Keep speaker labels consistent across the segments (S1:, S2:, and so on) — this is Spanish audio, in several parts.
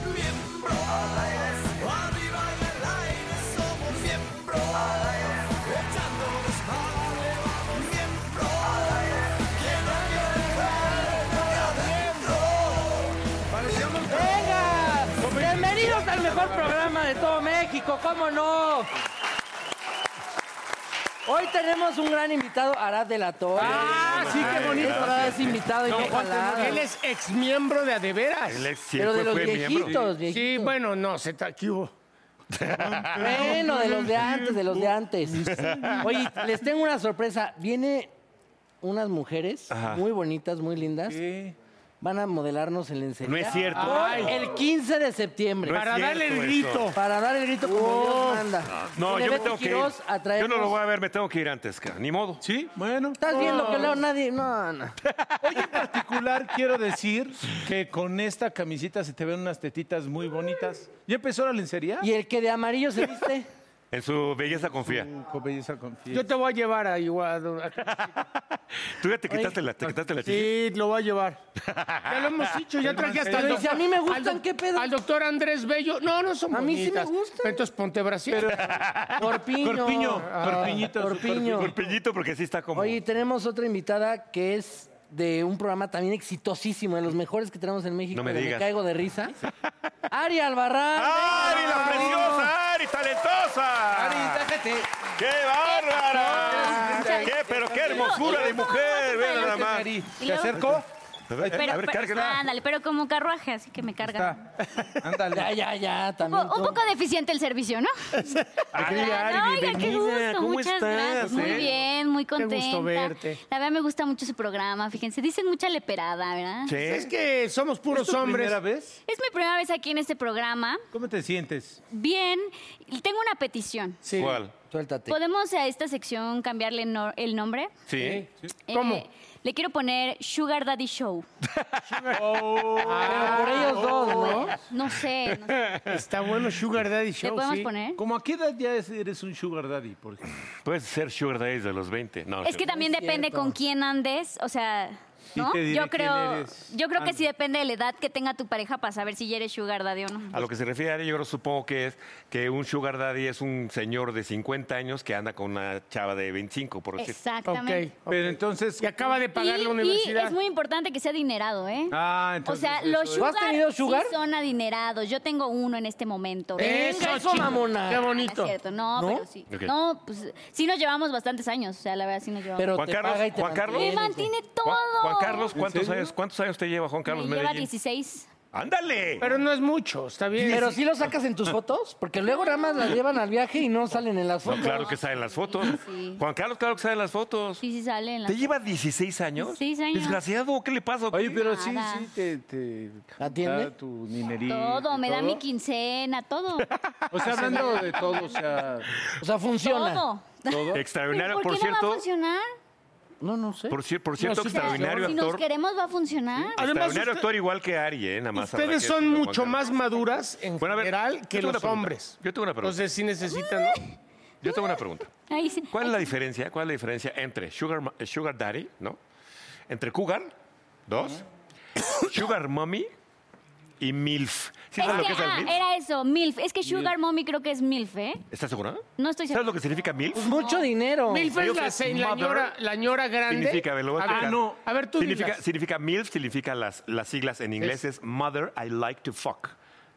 S1: Miembro al aire, arriba en el aire, somos miembro al aire, echando desmadre, miembro al aire, quien no quiere ver, adentro.
S2: Venga, bienvenidos al mejor programa de todo México, ¿cómo no? Hoy tenemos un gran invitado, Arad de la Torre.
S3: Ah, sí, qué bonito, Arad.
S2: Es invitado y
S3: No,
S2: qué
S3: Juan,
S2: jalada.
S3: Él es exmiembro de Adeveras.
S4: Él es-
S2: Pero de los
S4: fue miembro.
S2: viejitos,
S3: Sí,
S2: viejitos.
S3: bueno, no, se tra- ¿qué hubo?
S2: Bueno, de los de antes, de los de antes. Oye, les tengo una sorpresa. Viene unas mujeres muy bonitas, muy lindas. Van a modelarnos en lencería.
S4: No es cierto.
S2: Hoy, el 15 de septiembre.
S4: No es
S3: Para
S4: cierto
S3: darle el
S4: eso.
S3: grito.
S2: Para dar el grito como Dios manda.
S4: No, yo
S2: Viene
S4: me
S2: Betty
S4: tengo que ir.
S2: Quirós
S4: Yo
S2: a
S4: no
S2: traernos-
S4: lo voy a ver, me tengo que ir antes, cara. Ni modo.
S5: Sí, bueno.
S2: ¿Estás viendo que no nadie? No, no.
S5: En particular quiero decir que con esta camisita se te ven unas tetitas muy bonitas. ¿Ya empezó la lencería?
S2: ¿Y el que de amarillo se viste?
S4: En su belleza confía.
S5: Con belleza confía.
S3: Yo te voy a llevar a igual.
S4: Tú ya te quitaste la, te quitaste la chichi.
S3: Sí, lo voy a llevar. Ya lo hemos dicho, ya traje hasta el
S2: Pero dice,
S3: doctor.
S2: a mí me gustan,
S3: al doc-
S2: ¿qué pedo?
S3: Al doctor Andrés Bello. No, no son
S2: A mí sí me
S3: bonitas.
S2: gustan.
S3: Entonces ponte Brasil.
S2: Corpiño.
S5: Corpiño,
S2: Ah,
S5: corpiñito, su
S2: corpiño.
S4: Corpillito, porque sí está como.
S2: Oye, tenemos otra invitada que es de un programa también exitosísimo, de los mejores que tenemos en México.
S4: No me
S2: pero
S4: digas.
S2: caigo de risa. Ari Albarrán.
S4: ¡Ari,
S2: venga,
S4: la
S2: por favor.
S4: preciosa! ¡Ari, talentosa! ¡Qué bárbara! ¿Qué? Pero qué hermosura de mujer. Ve nada más.
S5: Ari,
S6: Y
S5: ¿Te
S6: luego-
S5: acerco?
S4: A ver,
S6: Pero,
S4: a ver,
S6: pero-
S4: cárguela.
S6: ándale, pero como carruaje, así que me carga.
S5: Está. Ándale.
S2: Ya, ya, ya,
S6: Un
S2: también.
S6: poco- un
S2: tú.
S6: poco deficiente el servicio, ¿no?
S4: Querida
S6: Ay,
S4: Ari,
S6: oiga, qué
S4: bienvenida.
S6: gusto,
S4: ¿Cómo
S6: muchas
S4: estás?
S6: gracias. Muy
S4: eh?
S6: bien, muy
S3: gusto
S6: contenta.
S3: verte.
S6: La verdad me gusta mucho su programa, fíjense, dicen mucha leperada, ¿verdad?
S4: Sí.
S3: Es que somos
S5: ¿Es
S3: puros
S5: tu
S3: hombres.
S5: primera vez?
S6: Es mi primera vez aquí en este programa.
S5: ¿Cómo te sientes?
S6: Bien, y tengo una petición.
S3: Sí.
S4: ¿Cuál?
S2: Suéltate.
S6: ¿Podemos a esta sección cambiarle no- el nombre?
S4: Sí.
S6: Eh,
S3: ¿Cómo?
S6: le quiero poner Sugar Daddy Show.
S2: Pero por
S5: Ah.
S2: ellos dos, ¿no?
S6: No sé, no sé.
S3: Está bueno Sugar Daddy
S6: ¿le
S3: Show,
S6: podemos
S3: sí.
S6: poner?
S5: ¿Cómo a qué edad ya es- eres un sugar daddy? Por ejemplo?
S4: Puedes ser Sugar Daddy de los 20. No,
S6: Es que
S4: Sugar-
S6: también depende con quién andes, o sea,
S5: Sí
S6: ¿no?
S5: te diré
S6: Yo
S5: quién
S6: creo,
S5: eres.
S6: yo creo que
S5: Anda.
S6: sí depende de la edad que tenga tu pareja para saber si ya eres sugar daddy o no.
S4: A lo que se refiere Ari, yo creo- supongo que es que un sugar daddy es un señor de 50 años que anda con una chava de 25, por decir.
S6: Exactamente.
S3: Ok, ok.
S5: Pero entonces...
S3: Y acaba de pagar
S6: Y-
S3: la
S6: y,
S3: universidad.
S6: es muy importante que sea adinerado, ¿eh?
S5: Ah,
S6: o
S5: entonces
S6: sea,
S5: eso
S6: los
S5: es.
S2: ¿Tú has
S6: sugar,
S2: tenido sugar?
S6: sí son adinerados. Yo tengo uno en este momento.
S2: Venga, eso,
S3: chico.
S2: mamona.
S3: Qué
S6: No, No,
S3: bonito.
S6: es cierto, no,
S2: ¿No?
S6: pero sí.
S4: Ok.
S6: No, pues sí nos llevamos bastantes años, o sea, la verdad sí nos llevamos.
S2: Pero
S4: Juan
S2: te
S4: Carlos,
S2: paga y te
S4: Juan Carlos.
S6: Me
S2: mantiene.
S6: mantiene todo.
S4: Juan, Juan Carlos, ¿cuántos
S5: serio?
S4: años, ¿cuántos años te lleva Juan Carlos
S6: me lleva
S4: Medellín?
S6: 16.
S4: ¡Ándale!
S3: Pero no es mucho, está bien.
S2: Pero sí lo sacas en tus fotos, porque luego nada más las llevan al viaje y no salen en las
S4: No,
S2: fotos.
S4: claro que sale en las fotos.
S6: Sí.
S4: Juan Carlos, claro que sale en las fotos.
S6: Sí, sí sale en la
S4: ¿Te lleva 16 años?
S6: 16 años.
S4: Desgraciado, ¿qué le pasa?
S5: Oye, pero sí,
S6: Nada.
S5: sí, te... te
S2: ¿Atiende?
S5: da tu dinerito.
S6: Todo,
S5: y
S6: me da mi
S5: todo.
S6: quincena, todo.
S5: O sea, hablando de todo, o sea,
S2: O sea, funciona.
S6: todo.
S5: todo.
S4: Extraordinario, por,
S6: ¿Por, qué no va a
S4: cierto.
S6: funcionar?
S2: No, no sé.
S4: por, cier- por cierto,
S3: sí,
S4: extraordinario
S6: si nos
S4: actor.
S6: queremos, va a funcionar.
S3: Además,
S4: Extraordinario
S3: usted-
S4: actor igual que Ari, ¿eh? Nada más. habrá
S3: Ustedes
S4: que
S3: son
S4: decirlo, Juan
S3: mucho
S4: Carlos.
S3: más maduras en
S4: Bueno, a ver, yo
S3: general que
S4: tengo una
S3: los
S4: pregunta.
S3: hombres.
S4: Yo tengo una pregunta.
S3: Entonces sí necesitan, ¿no?
S4: Yo tengo una pregunta.
S6: Ahí sí.
S4: ¿Cuál es la diferencia? ¿Cuál es la diferencia entre Sugar, Ma- eh, sugar Daddy, ¿no? Entre Cougar, dos, Sugar Mommy y MILF. ¿Sí
S6: Es
S4: sabes lo que
S6: que,
S4: es el
S6: ah,
S4: MILF?
S6: era eso, MILF. Es que Sugar Mommy creo que es MILF, ¿eh?
S4: ¿Estás segura?
S6: No estoy
S4: ¿Sabes
S6: segura.
S4: lo que significa MILF?
S2: Pues mucho dinero.
S3: Milf es
S4: Creo que
S3: la,
S4: es
S3: se- la
S4: mother.
S3: ñora, la ñora grande.
S4: Significa, me lo voy a
S3: A ver,
S4: explicar.
S3: no. A ver, tú
S4: significa,
S3: digas.
S4: significa MILF, significa las, las siglas en inglés es Mother I Like to Fuck.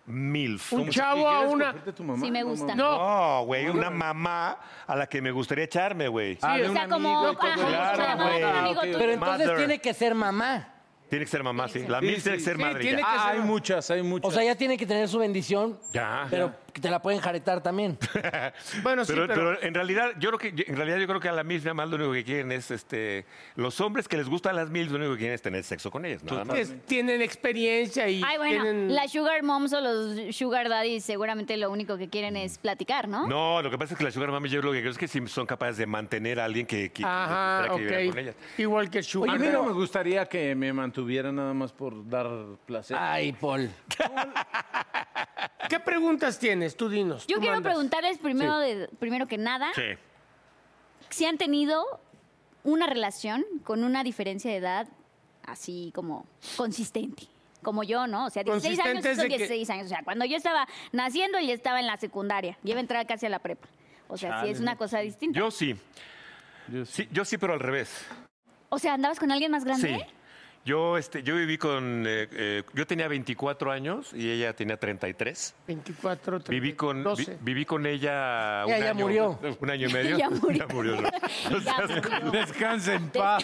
S4: MILF.
S3: Un
S4: ¿Cómo se-
S3: chavo a
S5: ¿Quieres
S3: una.
S5: cogerte tu mamá?
S6: Sí, me
S5: No,
S6: gusta.
S3: No,
S4: No, güey, una mamá a la que me gustaría echarme, güey.
S5: Ah, de
S6: o
S5: un
S6: sea, como
S5: amigo y
S6: ajá,
S5: todo.
S6: como
S4: Claro,
S6: mamá,
S4: güey.
S6: un amigo
S5: Ah, ok.
S6: tuyo.
S2: Pero entonces
S4: Mother.
S2: tiene que ser mamá.
S4: Tiene que ser mamá, sí. La
S5: Sí,
S4: MILF
S5: sí,
S4: tiene que ser
S3: sí,
S4: madre.
S3: tiene
S4: ya.
S5: Ah, hay muchas, hay muchas.
S2: O sea, ya tiene que tener su bendición.
S4: Ya.
S2: Pero te la pueden jaretar también.
S3: bueno, sí, pero.
S4: Pero, pero en realidad, yo creo que yo- en realidad yo creo que a la MILF nada más lo único que quieren es este los hombres que les gustan las MILF lo único que quieren es tener sexo con ellas, nada más.
S3: es- tienen experiencia y
S6: Ay, bueno,
S3: tienen...
S6: las sugar moms o los sugar daddies seguramente lo único que quieren es platicar, ¿no?
S4: No, lo que pasa es que las sugar mami yo lo que creo es que sí son capaces de mantener a alguien que, que-
S3: Ajá,
S4: que- que viviera
S3: ok.
S4: con ellas.
S3: Igual que
S5: Oye, a
S3: Sugar.
S5: mí no me gustaría que me mantuviera nada más por dar placer.
S3: Ah,
S2: Ay, Paul.
S3: ¿Qué preguntas tienes? Tú dinos.
S6: Yo
S3: tú
S6: quiero
S3: mandas.
S6: preguntarles primero, de, primero que nada
S4: Sí.
S6: si han tenido una relación con una diferencia de edad así como consistente. Como yo, ¿no? O sea, 16 años,
S3: Consistente es
S6: son
S3: de que-
S6: 16 años. O sea, cuando yo estaba naciendo, él ya estaba en la secundaria. Ya iba a entrar casi a la prepa. O sea, sí es una cosa distinta.
S4: Yo sí. Sí, yo sí, pero al revés.
S6: O sea, ¿andabas con alguien más grande?
S4: Sí. Yo, este, yo viví con. eh, eh, yo tenía 24 años y ella tenía 33.
S3: 24, 30,
S4: Viví con, vi-
S3: 12.
S4: viví con ella.
S2: Ya-
S4: un
S2: ya
S4: año,
S2: murió.
S4: Un año y medio.
S6: Ya murió.
S4: ¿no? O
S6: Ya,
S4: sea,
S6: pero-
S5: Descansa en paz.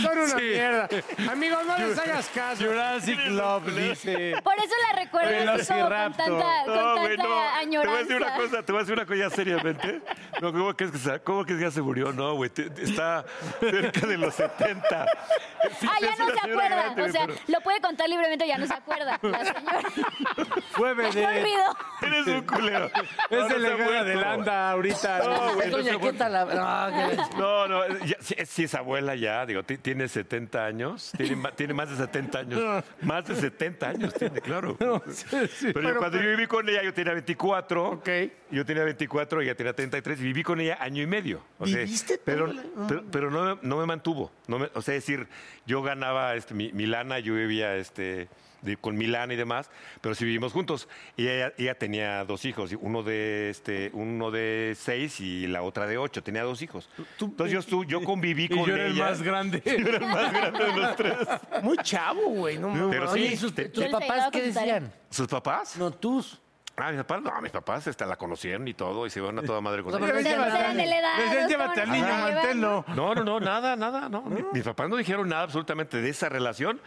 S3: Son una
S4: Sí.
S3: mierda. Amigos, no les hagas caso.
S5: Jurassic Love dice.
S6: Por eso la recuerdo así como con
S5: Velociraptor.
S6: tanta, con
S4: No,
S6: tanta
S4: güey, no. Te voy a
S6: añoranza.
S4: decir una cosa, te voy a decir una cosa ya seriamente. No, ¿cómo crees que, se- cómo crees que ya se murió? No, güey, te- te- está cerca de los 70. Sí,
S6: Ah, ya
S4: es
S6: no
S4: una
S6: se
S4: señora
S6: acuerda.
S4: grande,
S6: o sea,
S4: pero-
S6: lo puede contar libremente, ya no se acuerda. La señora.
S5: Llueve
S6: Se
S5: de.
S6: olvidó.
S4: Eres un culero.
S5: Es
S4: No,
S5: de
S4: no se ha
S5: la de
S4: muerto.
S5: Landa ahorita.
S4: No, güey, no
S2: Es
S4: se ha
S2: doña
S4: muerto.
S2: Queta la... No, que-
S4: No, no, ya, sí, es- sí es abuela ya, digo, ti- tiene 70 años, tiene, ma- tiene más de 70 años, más de 70 años tiene, claro. Pero, yo, cuando yo viví con ella, yo tenía 24,
S3: Ok.
S4: yo tenía 24, ella tenía 33, y viví con ella año y medio. O sea,
S3: ¿Viviste
S4: pero,
S3: toda
S5: Ah.
S3: la-
S4: pero, pero no, me- no me mantuvo, no me- o sea, es decir, yo ganaba este, mi, mi lana, yo vivía este, de- con mi lana y demás, pero sí vivimos juntos. Y ella, ella tenía dos hijos, y uno de, este, uno de seis y la otra de ocho, tenía dos hijos. Entonces yo, estu- yo conviví
S5: Y
S4: con
S5: yo era
S4: ella.
S5: el más grande.
S3: Muy chavo, güey. No, mames.
S4: Pero
S2: Oye,
S4: sí,
S2: ¿y sus-
S4: te-
S2: tus
S6: Él se
S2: papás
S6: llevaba
S2: qué
S6: con su tarea.
S2: decían?
S4: ¿Sus papás?
S2: No, tus.
S4: Ah, mis papás, no, mis papás hasta la conocieron y todo, y se iban a toda madre con
S2: O sea,
S4: ella.
S6: Pero
S2: Llévatelo.
S6: eran de la edad,
S5: Decían,
S6: los
S5: Pues llévate al
S6: cabrones
S5: niño,
S6: se la llevan.
S5: manténlo.
S4: No, no, no, nada, nada, no. Mi- Mis papás no dijeron nada absolutamente de esa relación.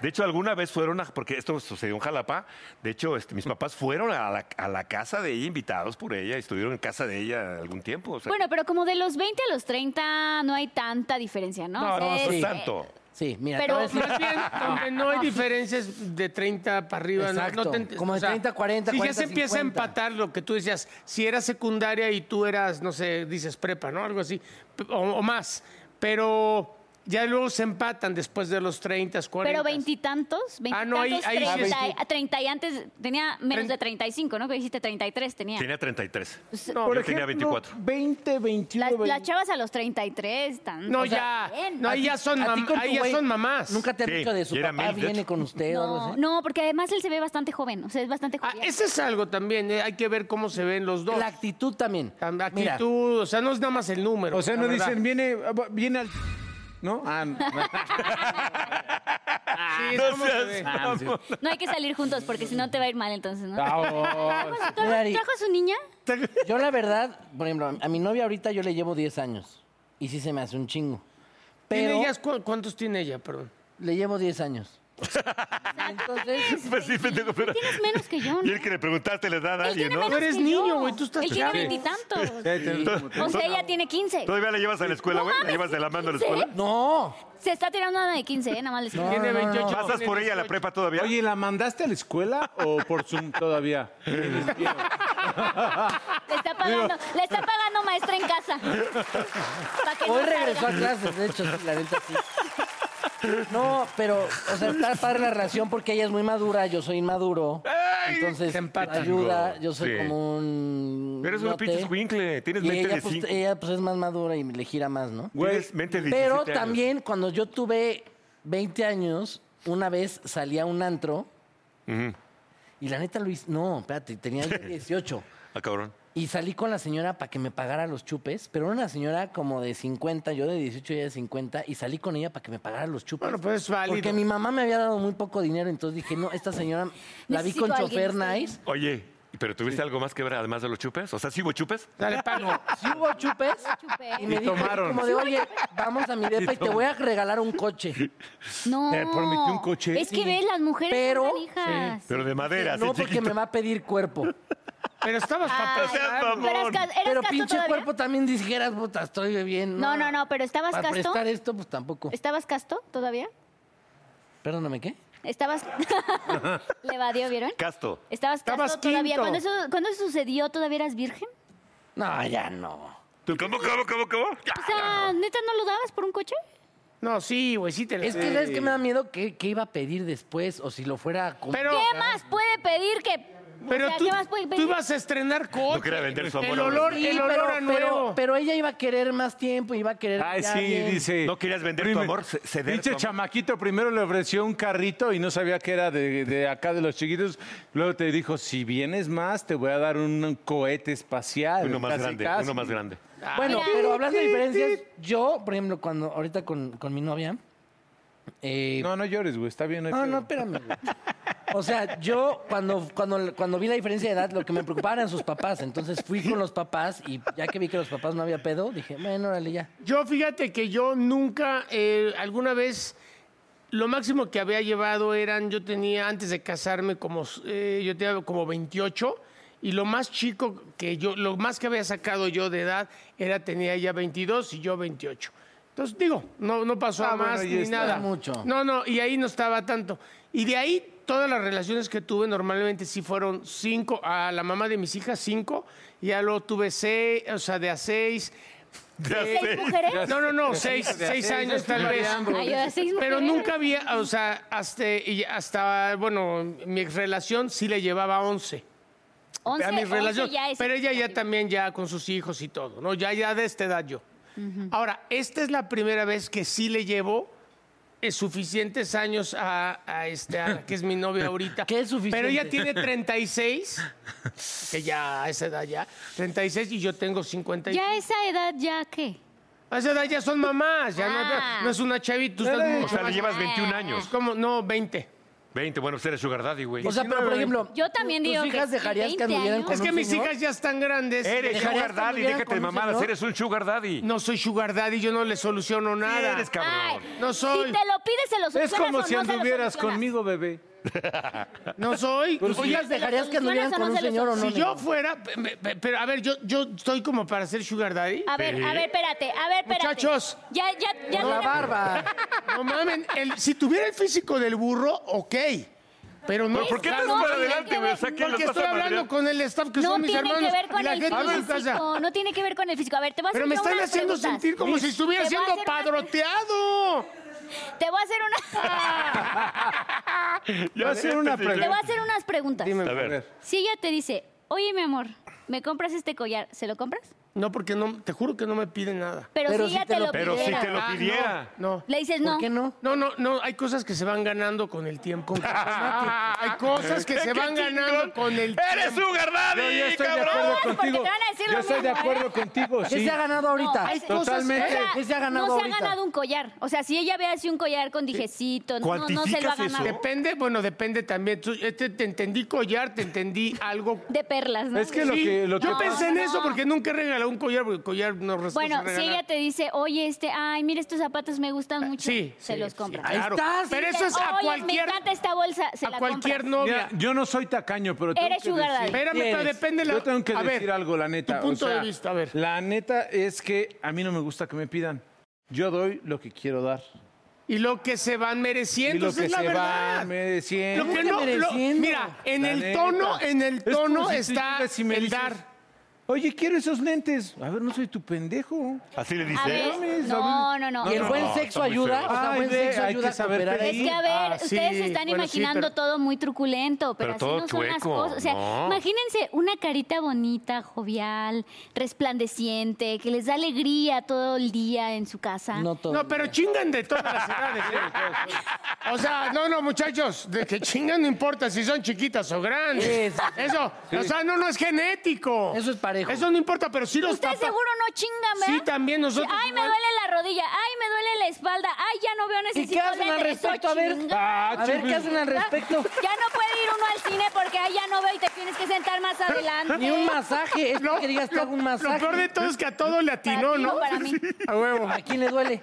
S4: De hecho, alguna vez fueron a, porque esto sucedió en Jalapa, de hecho, este, mis papás fueron a la, a la casa de ella, invitados por ella, y estuvieron en casa de ella algún tiempo. o sea,
S6: Bueno, pero como de los 20 a los 30 no hay tanta diferencia, ¿no?
S4: no,
S6: O sea,
S4: no, no
S6: es-
S4: es tanto.
S2: Sí, mira,
S6: Pero-
S2: te voy a decir-
S3: Más bien, donde no hay diferencias de 30 para arriba. no-
S2: Exacto,
S3: No, te ent-
S2: como de 30, 40,
S3: Si ya
S2: 40,
S3: se empieza
S2: 50.
S3: a empatar lo que tú decías, si eras secundaria y tú eras, no sé, dices prepa, ¿no? Algo así, p- o, o más. Pero ya luego se empatan después de los 30, 40.
S6: Pero veintitantos,
S3: Ah, no, ahí-
S6: veintitantos,
S3: ahí sí es-
S6: treinta, y- treinta y antes tenía menos
S3: Treinta.
S6: de 35, ¿no? Que dijiste 33 tenía.
S4: Tenía 33.
S3: No,
S4: yo tenía 24.
S5: 20, 21,
S6: La- Las,
S5: 20.
S6: chavas a los 33 están.
S3: No,
S6: o sea,
S3: ya.
S6: bien.
S3: No, ahí ya son,
S2: ¿A ti
S3: mam-
S2: con tu
S3: ahí ya
S2: güey
S3: son mamás.
S2: Nunca te han
S4: Sí,
S2: dicho de su
S4: y era
S2: papá
S4: mil, de
S2: viene
S4: hecho.
S2: con usted o algo
S6: No,
S2: así.
S6: no, porque además él se ve bastante joven, o sea, es bastante
S3: Ah,
S6: joven.
S3: ese es algo también, eh, hay que ver cómo se ven los dos.
S2: La actitud también.
S3: La
S2: Mira,
S3: actitud, o sea, no es nada más el número.
S5: O sea,
S3: la
S5: no
S3: verdad.
S5: dicen, viene, viene al. ¿No? Ah, no.
S3: Sí, es como se ve.
S5: Ah, sí.
S6: No hay que salir juntos porque si no te va a ir mal entonces, ¿no?
S3: Ah,
S5: Vamos.
S6: ¿Trajo,
S3: pues,
S2: Mari.
S6: trajo a su niña?
S2: yo la verdad, por ejemplo, a mi novia ahorita yo le llevo 10 años. Y sí se me hace un chingo.
S3: ¿Tiene
S2: Pero
S3: ellas cu- ¿Cuántos tiene ella? Perdón.
S2: le llevo 10 años. Entonces,
S4: Pues sí, pendejo, pero-
S6: Tienes menos que yo, ¿no?
S4: Y el que le preguntaste le da a
S6: Él
S4: alguien,
S6: tiene
S4: ¿no?
S6: menos
S3: Tú eres
S6: que
S3: niño,
S6: yo.
S3: güey, tú estás
S6: Él tiene
S3: chavo.
S6: veintitantos. O sea, ella tiene 15.
S4: Todavía la llevas a la escuela,
S6: No
S4: güey. La
S6: mames,
S4: llevas de la mano a la
S6: ¿sí?
S4: escuela.
S2: no.
S6: Se está tirando una de 15, ¿eh? nada más les digo.
S3: Tiene 28.
S4: ¿Pasas por ella a la prepa todavía?
S5: Oye, ¿la mandaste a la escuela o por Zoom todavía?
S6: Le está pagando, le está pagando maestra en casa. Pa' que
S2: Hoy
S6: no salga.
S2: regresó a clases, de hecho, sí, la neta sí. No, pero, o sea, está padre la relación porque ella es muy madura, yo soy inmaduro. Entonces,
S3: Se empatan.
S2: ayuda, yo soy
S4: Sí.
S2: como un.
S4: Eres un
S2: ñote.
S4: pinche escuincle, tienes
S2: Y
S4: 20 de
S2: ella, pues,
S4: cinco.
S2: ella, pues, es más madura y le gira más, ¿no?
S5: Güey,
S4: Tienes mente de
S2: Pero
S4: 17 años.
S2: también, cuando yo tuve 20 años, una vez salí a un antro. Y la neta, Luis, no, espérate, tenía yo 18.
S4: Ah, cabrón.
S2: Y salí con la señora para que me pagara los chupes, pero era una señora como de 50, yo de 18 y ella de 50, y salí con ella para que me pagara los chupes.
S3: Bueno, pues es válido.
S2: Porque mi mamá me había dado muy poco dinero, entonces dije, no, esta señora la vi
S6: Necesito
S2: con
S6: a alguien,
S2: chofer
S6: sí.
S2: nice.
S4: Oye, ¿pero tuviste algo más que ver además de los chupes? O sea, ¿sí hubo chupes?
S3: Dale, pago.
S2: Sí hubo chupes.
S6: Chupé.
S2: Y me dijo,
S5: tomaron.
S2: como de, oye, vamos a mi depa y te voy a regalar un coche.
S6: No.
S5: Te prometió un coche.
S6: Es que ves, las mujeres
S2: Pero-
S6: son tan hijas.
S4: Pero de madera, así
S2: No, porque
S4: chiquito.
S2: me va a pedir cuerpo.
S3: Pero estabas para
S6: Ay,
S4: seas
S3: pasar.
S6: pero es ca- ¿eras
S2: Pero
S6: casto
S2: pinche
S6: todavía?
S2: cuerpo también dijeras, puta, estoy bien.
S6: No, no, no, pero ¿estabas
S2: Para
S6: casto?
S2: prestar esto, pues tampoco.
S6: ¿Estabas casto todavía?
S2: Perdóname, ¿qué?
S6: ¿Estabas. Le evadió, ¿vieron?
S4: Casto.
S6: ¿Estabas casto
S3: Estabas
S6: todavía?
S3: quinto.
S6: ¿Cuándo eso, cuándo eso sucedió? ¿Todavía eras virgen?
S2: No, ya no.
S4: ¿Tú cómo, cómo, cómo, cómo?
S6: O sea, ¿neta no lo dabas por un coche?
S3: No, sí, güey, sí te la
S2: Es que sabes que me da miedo que, que iba a pedir después o si lo fuera a comprar.
S3: Pero,
S6: ¿Qué más puede pedir que.? o
S3: pero
S6: sea,
S3: tú,
S6: ¿qué más puede
S3: tú
S6: pedir?
S3: ibas a estrenar coche.
S4: No quería vender su amor
S3: El
S4: a los
S3: olor,
S2: Sí,
S3: el olor a
S2: pero,
S3: nuevo.
S2: pero ella iba a querer más tiempo, iba a querer.
S5: Ay,
S2: ya
S5: sí,
S2: bien.
S5: dice.
S4: ¿No querías vender tu amor? C- ceder
S5: Dice
S4: tu amor.
S5: chamaquito, primero le ofreció un carrito y no sabía que era de, de acá de los chiquitos. Luego te dijo, si vienes más, te voy a dar un cohete espacial.
S4: Uno más
S5: Casi,
S4: grande,
S5: casi.
S4: uno más grande.
S2: Bueno,
S6: Mira.
S2: pero hablando de diferencias, yo, por ejemplo, cuando ahorita con, con mi novia. eh,
S5: No, no llores, güey, está bien. hay
S2: No,
S5: pedo.
S2: no, espérame. güey. O sea, yo cuando, cuando, cuando vi la diferencia de edad, lo que me preocupaba eran sus papás. Entonces fui con los papás y ya que vi que los papás no había pedo, dije, bueno, órale ya.
S3: Yo fíjate que yo nunca, eh, alguna vez, lo máximo que había llevado eran, yo tenía antes de casarme como, eh, yo tenía como 28 y lo más chico que yo, lo más que había sacado yo de edad era tenía ella 22 y yo 28. Entonces digo, no, no pasó
S5: Ah,
S3: a más
S5: bueno, ya
S3: ni
S5: está.
S3: nada.
S2: Mucho.
S3: No, no, y ahí no estaba tanto. Y de ahí todas las relaciones que tuve normalmente sí fueron cinco, a la mamá de mis hijas cinco, y ya luego tuve seis, o sea, de a seis.
S6: ¿Seis mujeres?
S3: No, no, no, seis, seis años tal vez.
S6: Ay, yo de seis
S3: Pero
S6: mujeres.
S3: nunca había, o sea, hasta, y hasta bueno, mi relación sí le llevaba 11.
S6: Once,
S3: a mi
S6: once
S3: relación.
S6: ya es
S3: pero ella ya también ya con sus hijos y todo, ¿no? Ya, ya de esta edad yo. Ahora, esta es la primera vez que sí le llevo eh, suficientes años a, a este, a la que es mi novia ahorita.
S2: ¿Qué es suficiente?
S3: Pero ella tiene 36, que ya a esa edad ya, 36 y yo tengo 50.
S6: ¿Ya a esa edad ya qué?
S3: A esa edad ya son mamás, ya no hay
S6: Ah.
S3: pedo. no es una chavita, tú estás
S4: O
S3: mucho
S4: sea, le
S3: más-
S4: llevas 21 años.
S3: ¿Cómo? No, 20.
S4: 20, bueno, pues eres sugar daddy, güey.
S2: O sea, pero por ejemplo,
S6: Yo también
S2: ¿tus
S6: digo que
S2: hijas
S6: sí,
S2: dejarías que
S6: 20
S2: anduvieran
S6: años.
S2: con
S3: Es que
S2: un
S3: mis
S2: señor?
S3: hijas ya están grandes.
S4: eres
S2: ¿Dejarías
S4: sugar
S2: que
S4: daddy,
S2: anduviera
S4: déjate
S2: con
S4: de
S2: un
S4: mamadas,
S2: señor?
S4: eres un sugar daddy.
S3: No soy sugar daddy, yo no le soluciono
S4: Sí
S3: nada.
S4: eres cabrón.
S6: Ay,
S3: No soy.
S6: Si te lo pides, se lo
S5: Es
S6: solucionas
S5: como
S6: o
S5: si
S6: no se lo
S5: anduvieras
S6: solucionas.
S5: conmigo, bebé.
S3: No soy.
S2: ¿Tus hijas dejarías que anduvieran
S6: solucionas o
S2: con
S6: no
S2: un
S6: se lo
S2: señor o no?
S3: si
S2: nena?
S3: yo fuera, pe- pe- pe- pero a ver, yo, yo estoy como para ser sugar daddy.
S6: A ver, a ver, espérate, a ver, espérate.
S3: Muchachos.
S6: Ya, ya, ya.
S2: Con la
S6: tenemos-
S2: barba.
S3: No mamen, el- si tuviera el físico del burro, ok. Pero no.
S4: Pero, ¿Por qué
S6: No,
S4: te vas
S6: tiene
S4: para
S6: que
S4: adelante, güey? O sea,
S6: ver-
S4: ¿qué les
S3: Porque
S4: vas a
S3: estoy hablando
S4: madrear?
S3: con el staff que
S6: No
S3: son mis
S6: tiene
S3: hermanos.
S6: que ver
S3: y
S6: con
S3: la
S6: el
S3: gente en su casa.
S6: físico, no tiene que ver con el físico. A ver, te voy a hacer
S3: Pero me
S6: yo
S3: están
S6: unas
S3: haciendo
S6: preguntas.
S3: sentir como si estuviera
S6: Te voy a
S3: siendo
S6: hacer unas-
S3: padroteado.
S6: Te voy a hacer una
S4: Ya
S5: hacer
S4: siéntate,
S5: una
S4: güey.
S6: Te voy a hacer unas preguntas.
S4: A ver,
S6: Si ella te dice, "Oye, mi amor, ¿me compras este collar?" ¿Se lo compras?
S3: No, porque no, te juro que no me piden nada.
S6: Pero,
S2: Pero
S6: si
S2: si
S6: ella
S2: te
S6: te
S2: lo-
S6: lo,
S4: pero si
S6: pidiera.
S4: te lo
S3: Ah, no,
S4: pidiera.
S3: no.
S6: Le dices no.
S2: ¿Por qué no?
S3: No, no, no, hay cosas que se van ganando con el tiempo. hay cosas que se
S4: ¡Qué
S3: van
S4: chingón!
S3: ganando con el tiempo.
S4: ¡Eres sugar
S5: Yo
S4: daddy,
S5: ya estoy de
S4: cabrón!
S5: acuerdo
S6: porque te
S5: contigo.
S6: van a decir
S5: Yo
S6: lo
S5: estoy de
S6: mismo, ¿eh?
S5: acuerdo contigo,
S2: ¿Qué
S5: sí.
S2: se ha ganado ahorita?
S6: No, hay cosas-
S5: Totalmente.
S6: o sea,
S2: ¿Qué se ha ganado
S6: no se
S2: ahorita?
S6: ha ganado un collar. O sea, si ella ve así un collar con dijecito, no, no se lo ha
S4: ¿Cuantificas eso?
S6: ganado.
S3: Depende, bueno, depende también. Tú- este, te entendí collar, te entendí algo.
S6: De perlas, ¿no?
S5: Es que lo
S3: Sí,
S5: que... Lo que
S3: Yo
S6: No,
S3: pensé en
S6: no.
S3: eso porque nunca he regalado un collar, porque collar no res- no se
S6: Bueno, si
S3: regala.
S6: ella te dice, oye, este, ay, mira, estos zapatos me gustan mucho,
S3: Sí,
S6: se
S3: sí,
S6: los
S3: sí,
S6: compras.
S3: claro.
S2: Ahí está,
S3: Pero
S6: Dice,
S3: eso es a
S6: oye,
S3: cualquier,
S6: me encanta esta bolsa, se
S3: a
S6: la
S3: cualquier
S6: compras.
S3: novia.
S5: Mira, yo no soy tacaño, pero tengo
S6: Eres
S5: que
S6: sugar
S5: decir-
S6: daddy.
S3: Espérame, pero
S5: Eres.
S3: depende la...
S5: Yo tengo que
S3: a ver,
S5: decir algo, la neta.
S3: Tu punto
S5: o sea,
S3: de vista, a ver.
S5: La neta es que a mí no me gusta que me pidan. Yo doy lo que quiero dar.
S3: Y lo que se van mereciendo,
S5: Y lo
S3: esa
S5: que
S3: es la
S5: se
S3: verdad.
S5: va mereciendo.
S3: Lo que
S2: ¿Cómo que
S3: no, lo-
S2: mereciendo?
S3: mira, en
S5: La
S3: el
S5: neta.
S3: tono, en el
S5: Es como
S3: tono
S5: si tú
S3: está
S5: llegas y me
S3: el
S5: dices,
S3: dar.
S5: Oye, quiero esos lentes. A ver, no soy tu pendejo.
S4: Así le
S6: A
S4: dice.
S6: ver,
S5: mames,
S6: no, no, no.
S2: ¿Y el buen
S4: no, está
S2: sexo
S4: muy
S2: ayuda?
S4: feo.
S2: O sea,
S5: Ay,
S2: buen
S5: ve,
S2: sexo
S5: hay
S2: ayuda
S5: que
S2: a
S5: saber
S2: superar
S5: pedir.
S2: eso?
S6: Es que, a ver,
S3: Ah, sí,
S6: ustedes se están
S3: bueno, sí,
S6: imaginando
S3: pero-
S6: todo muy truculento, pero,
S4: Pero todo
S6: así no son las
S4: chueco,
S6: cosas. O sea,
S4: no.
S6: imagínense una carita bonita, jovial, resplandeciente, que les da alegría todo el día en su casa.
S2: No todo.
S3: No, pero chingan de todas las edades. ¿eh? O sea, no, no, muchachos, de que chingan no importa si son chiquitas o grandes.
S2: Sí, sí,
S3: Eso, o sea, no, no es genético.
S2: Eso es parejo.
S3: Eso no importa, pero sí los
S6: Usted
S3: tapa.
S6: seguro no chinga, ¿verdad?
S3: Sí, también nosotros
S6: Ay, me
S3: igual.
S6: duele la rodilla. Ay, me duele la espalda. Ay, ya no veo
S2: ¿Y
S6: necesito
S2: qué hacen al
S6: lentes.
S2: respecto? A
S6: Oh,
S2: ver,
S6: chinga.
S2: a ver, ¿qué hacen al
S6: Ah,
S2: respecto?
S6: Ya no puede ir uno al cine porque ahí ya no veo y te tienes que sentar más adelante.
S2: Ni un masaje, es que digas te hago un
S3: Lo
S2: masaje.
S3: peor de todo es que a todo le
S6: Para
S3: atinó,
S6: ti,
S3: ¿no?
S6: Para mí.
S3: A huevo.
S2: ¿A quién le duele?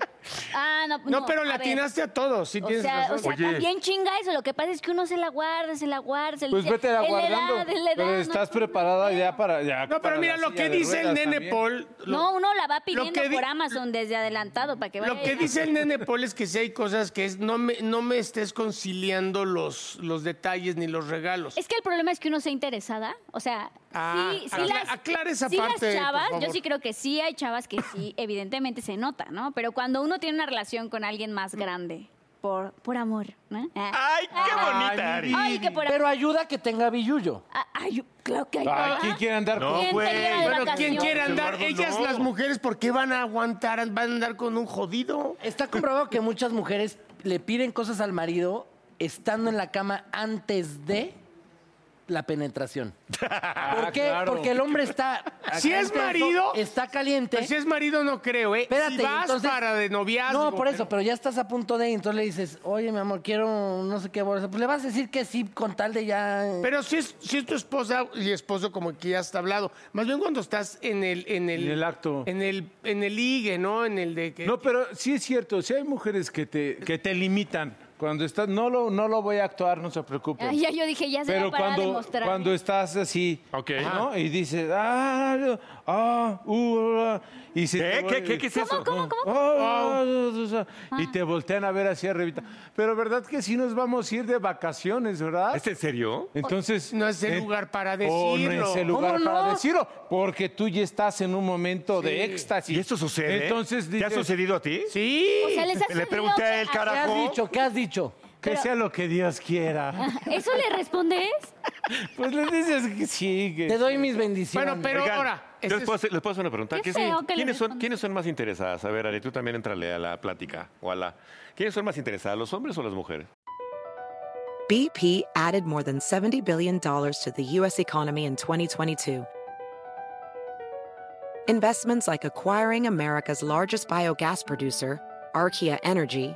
S6: Ah, no,
S3: No, pero le
S6: a ver.
S3: atinaste a todos, sí
S6: O
S3: tienes
S6: sea,
S3: razón.
S6: o sea
S4: Oye.
S6: también chinga eso. Lo que pasa es que uno se la guarda, se la guarda, se
S5: Pues
S6: se-
S5: vete
S6: él le da,
S5: aguardando.
S6: él le da,
S5: pero
S6: no
S5: estás
S6: es-
S5: preparada ya para. Ya
S3: no,
S5: para
S3: pero mira
S5: la
S3: lo
S5: silla
S3: que
S5: de
S3: dice el
S5: ruedas
S3: nene
S5: también.
S3: Paul. lo-
S6: No, uno la va
S3: lo
S6: pidiendo
S3: que di-
S6: por Amazon desde adelantado para que vaya.
S3: Lo que dice el nene Paul es que sí hay cosas que es no me, no me estés conciliando los, los detalles ni los regalos.
S6: Es que el problema es que uno sea interesada. O sea,
S3: Ah,
S6: sí, sí
S3: acla-
S6: las,
S3: aclara esa
S6: sí
S3: parte,
S6: las chavas,
S3: por favor.
S6: yo sí creo que sí hay chavas que sí, evidentemente se nota, ¿no? Pero cuando uno tiene una relación con alguien más
S3: Mm.
S6: grande, por, por amor, ¿no? Ah.
S4: ¡Ay, qué bonita, Ari!
S6: Ay, que por amor.
S2: Pero ayuda que tenga billuyo.
S6: Ah, Ay, claro que hay.
S5: Ay,
S6: ¿verdad?
S5: ¿quién quiere andar
S4: No,
S5: con.?
S6: ¿Quién te
S4: güey.
S6: lleva de
S3: Bueno, ¿quién
S6: vacaciones?
S3: quiere andar?
S4: Eduardo,
S3: Ellas,
S4: no.
S3: las mujeres, ¿por qué van a aguantar? ¿Van a andar con un jodido?
S2: Está comprobado que muchas mujeres le piden cosas al marido estando en la cama antes de la penetración. ¿Por qué?
S5: claro.
S2: Porque el hombre está...
S3: Si es
S2: acá intenso,
S3: marido-
S2: Está caliente.
S3: Pero Pues si es marido, no creo, ¿eh?
S2: Espérate,
S3: si vas
S2: entonces-
S3: para de noviazgo.
S2: No, por eso, pero ya estás a punto de, entonces le dices, oye, mi amor, quiero no sé qué bolsa. Pues le vas a decir que sí, con tal de ya...
S3: Pero si es, si es tu esposa y esposo, como que ya está hablado. Más bien cuando estás en el... En el,
S5: En el acto.
S3: En el, en el ligue, ¿no? En el de que...
S5: No, pero sí es cierto, si hay mujeres que te, que te limitan. Cuando estás, no lo, no lo voy a actuar, no se preocupe.
S6: Ay, ya yo dije, ya se
S5: Pero
S6: va para
S5: cuando,
S6: demostrar.
S5: cuando estás así,
S4: Ok.
S5: ¿no? Y dices, ah, no, ah, uh, ah", y se te
S4: ¿Qué?
S5: vol-
S4: ¿Qué? ¿Qué? ¿Qué es eso?
S6: ¿Cómo, cómo, cómo?
S5: Ah, ah, ah, Y te voltean a ver así arribita. Pero verdad que sí nos vamos a ir de vacaciones, ¿verdad?
S4: ¿Es en serio?
S5: Entonces
S3: No es el
S5: en-
S3: lugar para
S5: o pues, eh, oh, no es
S3: decirlo.
S5: el lugar
S2: ¿Cómo
S5: para
S2: no?
S5: decirlo, porque tú ya estás en un momento de éxtasis.
S4: ¿Y esto sucede? ¿eh?
S5: Entonces
S4: ¿Te ha
S5: dices,
S4: sucedido a ti?
S3: Sí.
S6: O sea, les has
S4: Le pregunté a él,
S2: ¿Qué
S4: carajo.
S2: has dicho? ¿Qué has dicho?
S5: que sea lo que Dios quiera.
S6: ¿Eso le respondes?
S5: Pues le dices que sí, que
S2: Te doy mis bendiciones.
S3: Bueno, pero
S4: Oigan,
S3: ahora...
S4: yo
S3: ese
S4: les puedo, hacer, les puedo hacer una pregunta.
S6: Qué
S4: ¿Quién-
S6: feo que le
S4: ¿Quiénes, son,
S6: respondas.
S4: ¿Quiénes son más interesadas? A ver, Ari, tú también entrale a la plática o a la... ¿Quiénes son más interesadas, los hombres o las mujeres?
S7: BP added more than $70 billion to the U.S. economy in 2022. Investments like acquiring America's largest biogas producer, Archaea Energy,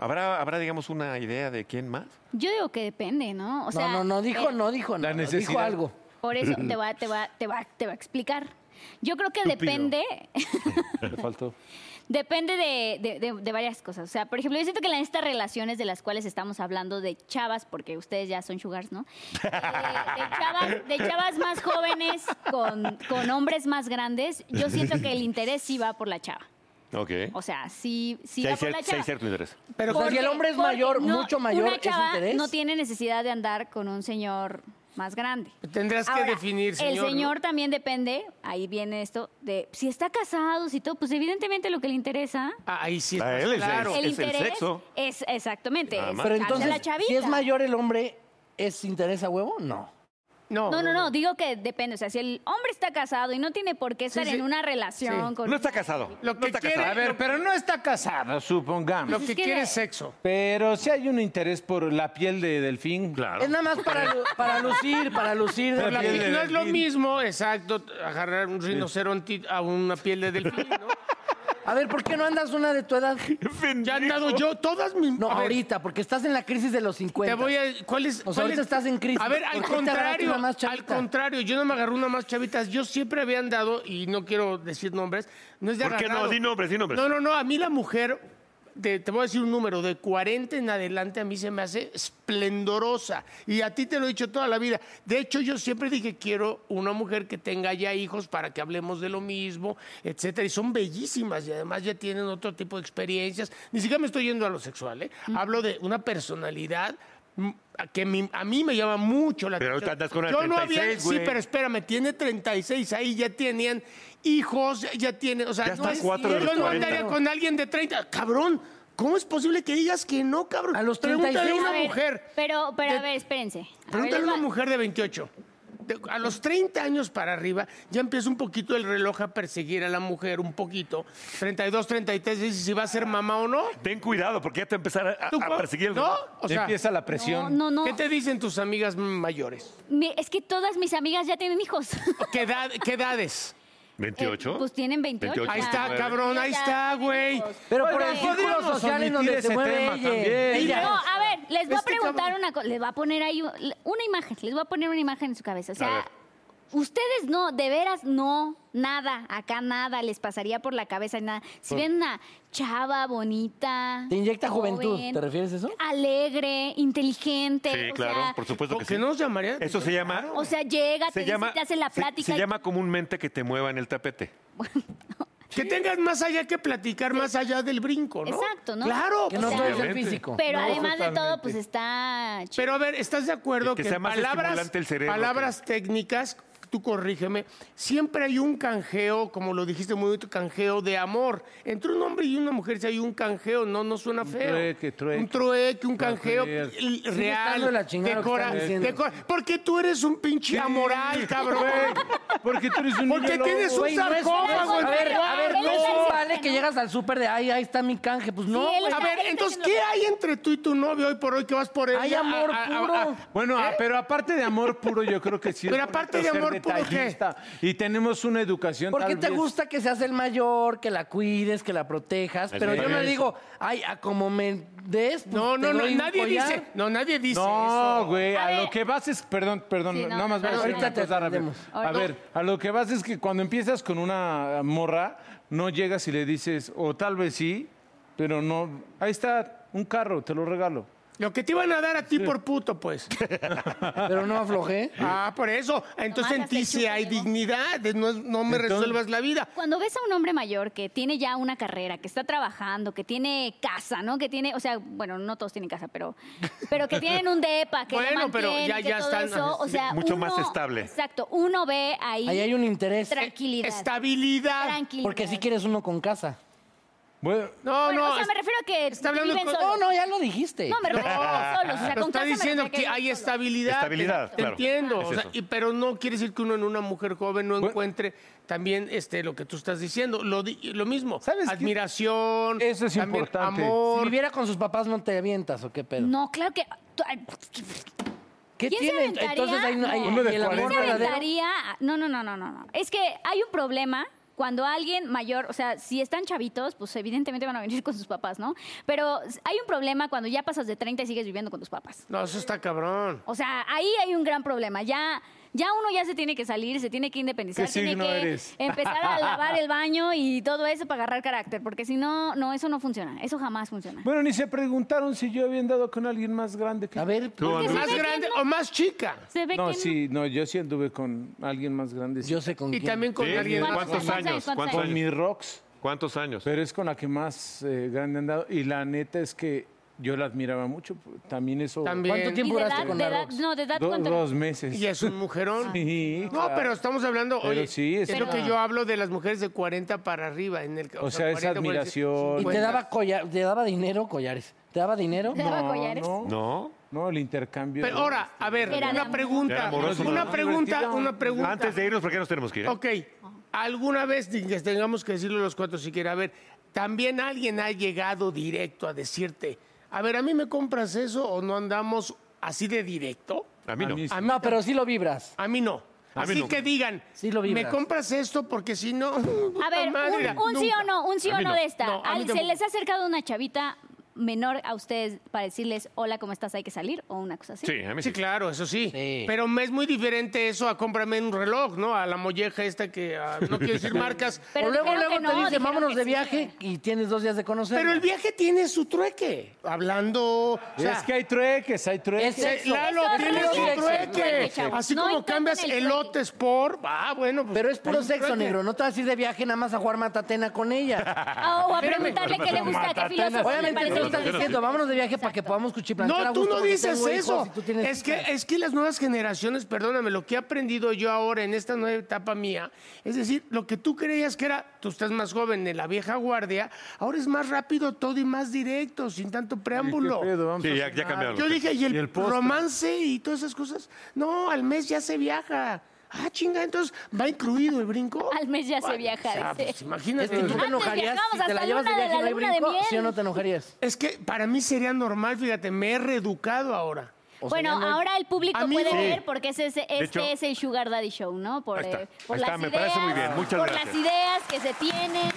S4: ¿Habrá, ¿Habrá, digamos, una idea de quién más?
S6: Yo digo que depende, ¿no? O sea,
S2: no, no, no, dijo,
S6: eh,
S2: no, dijo, no,
S5: la
S2: no, dijo
S5: necesidad.
S2: algo.
S6: Por eso te va, te va, te va, te va a explicar. Yo creo que depende,
S5: le faltó.
S6: depende de, de- de- de varias cosas. O sea, por ejemplo, yo siento que en estas relaciones de las cuales estamos hablando de chavas, porque ustedes ya son sugars, ¿no? Eh, de, chavas, de chavas más jóvenes con, con hombres más grandes, yo siento que el interés sí va por la chava.
S4: Ok.
S6: O sea, sí, sí,
S4: Sí
S6: va
S4: hay,
S6: por
S4: cier-
S6: la
S4: sí hay
S6: chava.
S4: cierto interés.
S2: Pero
S6: Porque-
S2: si el hombre es
S6: porque
S2: mayor,
S6: no-
S2: mucho mayor,
S6: una chava
S2: ¿es interés?
S6: no tiene necesidad de andar con un señor más grande.
S3: Tendrás que
S6: Ahora,
S3: definir, señor.
S6: El
S3: ¿no?
S6: señor también depende, ahí viene esto, de si está casado, si todo, pues evidentemente lo que le interesa.
S3: Ah, ahí sí.
S4: A
S3: está
S4: él es-
S3: claro.
S4: es-
S6: el interés
S4: sexo.
S6: es exactamente.
S4: Nada
S6: es
S4: más.
S2: Pero
S6: hacia
S2: entonces,
S6: la chavita.
S2: si es mayor el hombre, ¿es interés a huevo? No.
S3: No,
S6: No, no, no, digo que depende. O sea, si el hombre está casado y no tiene por qué estar
S3: sí.
S6: en una relación con.
S4: No está casado.
S3: Lo
S4: no
S3: que
S4: está
S3: quiere-
S4: casado.
S5: A ver, pero no está casado, Ah, supongamos.
S3: Lo
S6: Pues
S3: que
S6: es que-
S3: quiere es sexo.
S5: Pero sí hay un interés por la piel de delfín.
S4: Claro.
S2: Es nada más para, lu- para lucir, para lucir.
S5: Pero la
S3: La
S5: piel
S3: pi-
S5: de
S3: no es lo
S5: delfín.
S3: mismo, exacto, agarrar un rinoceronte a una piel de delfín, ¿no?
S2: A ver, ¿por qué no andas una de tu edad?
S3: Ya han dado yo todas mis...
S2: No,
S3: A ver,
S2: ahorita, porque estás en la crisis de los 50.
S3: Te voy a... ¿Cuál es?
S2: O sea,
S3: cuál
S2: ahorita
S3: es-
S2: estás en crisis.
S3: A ver, al
S2: ¿Por qué te agarraste
S3: contrario,
S2: una más
S3: al
S2: chavita?
S3: contrario, yo no me agarré una más chavitas. Yo siempre había andado, y no quiero decir nombres, no es de
S4: ¿Por qué no?
S3: agarrado.
S4: Di nombres, di nombres.
S3: No, no, no, a mí la mujer... de- te voy a decir un número, de 40 en adelante a mí se me hace esplendorosa. Y a ti te lo he dicho toda la vida. De hecho, yo siempre dije, quiero una mujer que tenga ya hijos para que hablemos de lo mismo, etcétera. Y son bellísimas y además ya tienen otro tipo de experiencias. Ni siquiera me estoy yendo a lo sexual, ¿eh? Hablo de una personalidad mm, a que mi- a mí me llama mucho la
S4: Pero ahorita andas con una
S3: Yo no
S4: 36,
S3: había,
S4: güey.
S3: sí, pero espérame, tiene 36 ahí, ya tenían hijos, ya- ya tienen, o sea,
S4: Ya
S3: no
S4: está
S3: es-
S4: cuatro de
S3: yo
S4: los
S3: no
S4: 40.
S3: andaría con alguien de 30, cabrón. ¿Cómo es posible que digas que no, cabrón?
S2: A los
S3: Pregúntale a
S2: 36.
S3: una
S6: A ver,
S3: mujer.
S6: Pero, pero
S3: de-
S6: a ver, espérense. A ver,
S3: Pregúntale a
S6: les
S3: una
S6: voy a-
S3: mujer de 28. De- A los 30 años para arriba ya empieza un poquito el reloj a perseguir a la mujer, un poquito. 32, 33, dices si va a ser mamá o no.
S4: Ten cuidado, porque ya te empezará a,
S3: ¿Tú
S4: a
S3: cómo?
S4: perseguir el
S3: ¿No? O sea,
S5: Empieza la
S6: No,
S5: presión.
S6: no, no.
S3: ¿qué te dicen tus amigas mayores?
S6: Mi- Es que todas mis amigas ya tienen hijos.
S3: ¿Qué, edad- qué edades?
S4: ¿28?
S6: Eh, pues tienen 28.
S4: 28,
S3: Ahí está,
S4: 19.
S3: cabrón, ahí
S6: Ya
S3: está,
S6: tienen
S3: güey.
S6: hijos.
S2: Pero por
S5: Oigan,
S2: el círculo
S5: podríamos
S2: social
S5: omitir
S2: en donde se
S5: ese
S2: mueve
S5: tema
S2: ella.
S5: también.
S2: Ella.
S6: No, a ver, les voy a
S3: Este
S6: preguntar
S3: cabrón.
S6: una cosa. Les voy a poner ahí un- una imagen. Les voy a poner una imagen en su cabeza. O sea,
S4: ver.
S6: ustedes no, de veras no, nada, acá nada les pasaría por la cabeza nada. Si ven una chava bonita.
S2: Te inyecta juventud,
S6: joven,
S2: ¿te refieres a eso?
S6: Alegre, inteligente.
S4: Sí,
S6: o
S4: claro,
S6: sea,
S4: por supuesto Pues
S3: ¿Por
S4: que sí.
S3: qué no nos llamarían?
S4: Eso se llama...
S6: O sea, llega, te,
S4: se
S6: dice,
S4: llama
S6: te hace la
S4: se-
S6: plática.
S4: se llama comúnmente que te muevan el tapete.
S3: Que tengas más allá que platicar más allá del brinco, ¿no?
S6: Exacto, ¿no?
S3: Claro,
S2: Que no
S6: O sea,
S2: todo es el
S4: obviamente.
S2: físico.
S6: Pero
S5: No,
S6: además de todo,
S5: totalmente.
S6: pues está chido.
S3: Pero a ver, ¿estás de acuerdo
S4: Que
S3: que,
S4: sea
S3: en
S4: más
S3: palabras,
S4: estimulante el cerebro,
S3: palabras técnicas, tú corrígeme, siempre hay un canjeo, como lo dijiste muy bien, canjeo de amor. Entre un hombre y una mujer si hay un canjeo, no, no suena feo.
S5: trueque, trueque.
S3: Un trueque, un canjeo
S5: Trueque.
S3: y-
S2: estando de
S3: real,
S2: la chingada lo que
S3: decora-
S2: están diciendo.
S3: decora- Porque tú eres un pinche amoral, cabrón.
S5: Porque tú eres un niño
S3: Porque
S5: lobo.
S3: tienes un
S2: Güey, no es-
S3: sarcófago.
S2: A
S3: en
S2: ver,
S3: tu
S2: a ver,
S6: Él
S2: no
S6: es
S3: cuarto.
S6: el-
S2: vale que llegas al súper de ahí, ahí está mi canje. Pues no,
S6: Sí, él
S2: güey.
S3: A ver,
S6: Ahí está
S3: entonces,
S6: haciendo
S3: ¿qué
S6: lo
S3: hay entre tú y tu novio hoy por hoy que vas por él?
S2: Hay amor puro.
S5: Bueno, ah, pero aparte de amor puro, yo creo que sí. es
S3: Pero
S5: bonito
S3: aparte de
S5: ser
S3: amor puro, ¿qué?
S5: detallista. Y tenemos una educación.
S2: ¿Por qué
S5: tal
S2: te
S5: vez-
S2: gusta que seas el mayor, que la cuides, que la protejas? Pero yo no
S4: es.
S2: digo, ay, a como me des, pues
S3: No,
S2: te
S3: no, no,
S2: doy un
S3: nadie
S2: collar.
S3: dice, no, nadie dice
S5: No,
S3: eso.
S5: güey,
S6: A
S5: a,
S6: ver.
S5: lo que vas es, perdón, perdón,
S6: Sí, no,
S5: nada más voy a
S6: perdón,
S5: decir
S6: ahorita
S5: una
S2: te
S5: cosa rápido.
S2: atendemos.
S6: Ahorita.
S5: A ver, a lo que vas es que cuando empiezas con una morra, no llegas y le dices, o tal vez sí, pero no, ahí está un carro, te lo regalo.
S3: Lo que te iban a dar a ti por puto, pues.
S2: Pero no aflojé.
S3: Ah, por eso. Entonces
S6: Nomás
S3: en ti
S6: acechuca
S3: sí hay
S6: llegó.
S3: dignidad. de No, no me
S5: Entonces-
S3: resuelvas la vida.
S6: Cuando ves a un hombre mayor que tiene ya una carrera, que está trabajando, que tiene casa, ¿no? Que tiene, o sea, bueno, no todos tienen casa, pero, pero que tienen un depa, que lo
S3: Bueno, pero
S6: mantienen,
S3: ya-
S6: que
S3: ya
S6: todo
S3: están,
S6: eso, o sea,
S4: mucho
S6: uno-
S4: más estable.
S6: Exacto, uno ve ahí, Ah,
S2: Ahí hay un interés.
S6: tranquilidad,
S3: Estabilidad.
S6: tranquilidad.
S2: Porque si quieres uno con casa.
S5: Bueno,
S3: No,
S6: Bueno,
S3: no.
S6: o sea, me refiero a que
S3: Está hablando
S6: viven
S3: con-
S6: solos.
S2: No, no, ya lo dijiste.
S6: No, me refiero a que viven solos, o sea,
S3: Lo
S6: con
S3: está
S6: casa me
S3: diciendo
S6: refiero
S3: que
S6: viven
S3: hay
S6: solos.
S3: estabilidad.
S4: Estabilidad,
S3: Te
S4: claro.
S3: entiendo.
S4: Es
S3: o sea,
S4: eso.
S3: y- pero no quiere decir que uno en una mujer joven no
S5: Bueno.
S3: encuentre también este, lo que tú estás diciendo. Lo, di- lo mismo.
S5: ¿Sabes qué?
S3: Admiración.
S5: Eso es
S3: también
S5: importante.
S2: Si
S3: Amor.
S2: viviera con sus papás, ¿no te avientas o qué pedo?
S6: No, claro que... tú- ay,
S2: ¿Qué
S6: ¿Quién se
S2: tiene?
S6: aventaría?
S2: Entonces ahí no hay
S6: Uno
S5: de
S2: el
S5: 40.
S2: amor
S6: ¿Quién se
S2: verdadero.
S6: aventaría? No, no, no, no, no, no. Es que hay un problema cuando alguien mayor, o sea, si están chavitos, pues evidentemente van a venir con sus papás, ¿no? Pero hay un problema cuando ya pasas de 30 y sigues viviendo con tus papás.
S3: No, eso está cabrón.
S6: O sea, ahí hay un gran problema. Ya, ya uno ya se tiene que salir, se tiene que independizar,
S5: ¿Qué
S6: tiene
S5: signo
S6: que
S5: eres?
S6: empezar a lavar el baño y todo eso para agarrar carácter, porque si no, no, eso no funciona. Eso jamás funciona.
S5: bueno, ni se preguntaron si yo había andado con alguien más grande que
S2: A ver,
S6: Porque se
S3: Más
S6: ve que
S3: grande
S6: no-
S3: o más chica.
S6: se ve
S5: No,
S6: que no-
S5: sí, no, yo sí anduve con alguien más grande. sí.
S2: yo sé con
S3: Y
S2: quién.
S3: también con
S4: Sí,
S3: alguien más.
S6: ¿Cuántos
S4: ¿Cuántos
S6: años?
S4: años?
S6: ¿Cuántos
S4: ¿Cuántos
S5: Con
S4: años?
S5: mis rocks.
S4: ¿Cuántos años?
S5: Pero es con la que más eh, grande han dado. Y la neta es que yo la admiraba mucho. También eso.
S3: También.
S2: ¿Cuánto
S6: ¿Y
S2: tiempo
S6: de
S2: duraste
S6: edad,
S2: con
S6: de
S2: la
S6: edad,
S2: Rox?
S6: no, de edad
S5: Do-
S6: cuánto?
S5: dos meses.
S3: Y es un mujerón.
S5: Ah, Sí,
S3: No,
S5: claro.
S3: pero estamos hablando,
S5: Pero
S3: oye,
S5: sí,
S3: es
S5: está-
S3: lo que yo hablo de las mujeres de 40 para arriba. En el,
S5: O sea, es
S3: 40, 45,
S5: admiración.
S2: Y te
S3: 50.
S2: daba, collar, te daba dinero, collares. ¿Te daba dinero?
S6: ¿Te daba collares?
S5: No,
S4: ¿No?
S5: no, el intercambio.
S3: Pero
S5: de-
S3: ahora, a ver,
S6: Era
S3: una
S6: de amor.
S4: Era
S3: pregunta,
S4: amoroso,
S3: una
S5: ¿no?
S3: pregunta,
S5: Divertido.
S3: una pregunta.
S4: Antes de irnos, ¿por qué nos tenemos que ir? eh?
S3: Ok, alguna vez ni que tengamos que decirlo los cuatro siquiera. A ver, también alguien ha llegado directo a decirte, a ver, ¿a mí me compras eso o no andamos así de directo?
S4: A mí no.
S5: A mí sí.
S3: A mí,
S2: No, pero sí lo vibras.
S3: a mí no.
S4: A mí
S3: así
S4: no.
S3: que digan,
S2: Sí lo vibras.
S3: ¿me compras esto? Porque si no...
S6: A ver, un, un sí o no, un sí
S4: A
S6: o
S4: mí
S6: no
S4: no.
S6: de esta.
S3: No, a mí
S6: Al- ¿Se
S3: tampoco.
S6: les ha acercado una chavita menor a ustedes para decirles, hola, ¿cómo estás? Hay que salir o una cosa así.
S4: Sí, a mí
S3: Sí,
S4: sí.
S3: claro, eso sí.
S2: Sí.
S3: Pero me es muy diferente eso a cómprame un reloj, ¿no? A la molleja esta que ah, no quiero decir marcas.
S6: Pero
S2: o luego,
S6: dijeron
S2: luego
S6: que no,
S2: te dicen,
S6: dijeron
S2: vámonos
S6: que
S2: de
S6: sí".
S2: viaje y tienes dos días de conocer.
S3: Pero el viaje tiene su trueque. Hablando. o sea,
S5: es que hay trueques, hay trueques.
S2: es sexo.
S3: Lalo,
S6: Eso
S3: tiene
S6: no
S3: su
S6: es
S3: trueque.
S6: trueque, chavo.
S3: Así
S6: No
S3: como
S6: intenten
S3: cambias
S6: el
S3: elotes por. Ah, bueno. Pues,
S2: Pero es puro
S3: hay un
S2: sexo,
S3: trueque.
S2: negro. No te vas a ir de viaje nada más a jugar matatena con ella.
S6: Ah, o a preguntarle qué le gusta, qué filósofo le
S2: Obviamente
S6: parece.
S2: tú estás diciendo, vámonos de viaje para que podamos cuchiplantar a
S3: No, tú
S2: gusto
S3: no
S2: porque
S3: dices
S2: tengo hijos
S3: eso.
S2: y tú tienes
S3: Es que,
S2: hijas.
S3: es que las nuevas generaciones, perdóname, lo que he aprendido yo ahora en esta nueva etapa mía, es decir, lo que tú creías que era, tú estás más joven en la vieja guardia, ahora es más rápido todo y más directo, sin tanto preámbulo.
S5: ¿Qué pedo? Vamos
S4: Sí,
S5: a
S4: ya, ya
S5: cenar.
S4: cambiaron.
S3: Yo dije, ¿y el,
S5: Y el postre.
S3: romance y todas esas cosas? No, al mes ya se viaja. Ah, chinga, entonces va incluido el brinco.
S6: Al mes ya se viaja,
S3: o sea,
S6: dice.
S3: pues, imagínate.
S2: Es que Este, tú te
S6: Antes
S2: enojarías si
S6: viajábamos
S2: te la
S6: hasta
S2: llevas de
S6: luna de
S2: viaje y no
S6: la
S2: hay
S6: luna de
S2: brinco,
S6: miel.
S2: ¿sí o no te enojarías?
S3: Es que para mí sería normal, fíjate, me he reeducado ahora.
S6: Bueno, ahora el público
S3: Amigo.
S6: puede
S3: Sí.
S6: ver porque es ese- este
S4: hecho-
S6: es el Sugar Daddy Show, ¿no? Por,
S4: Ahí está,
S6: eh,
S4: ahí
S6: por
S4: está,
S6: las
S4: me
S6: ideas,
S4: parece muy bien, muchas
S6: por
S4: gracias.
S6: las ideas que se tienen.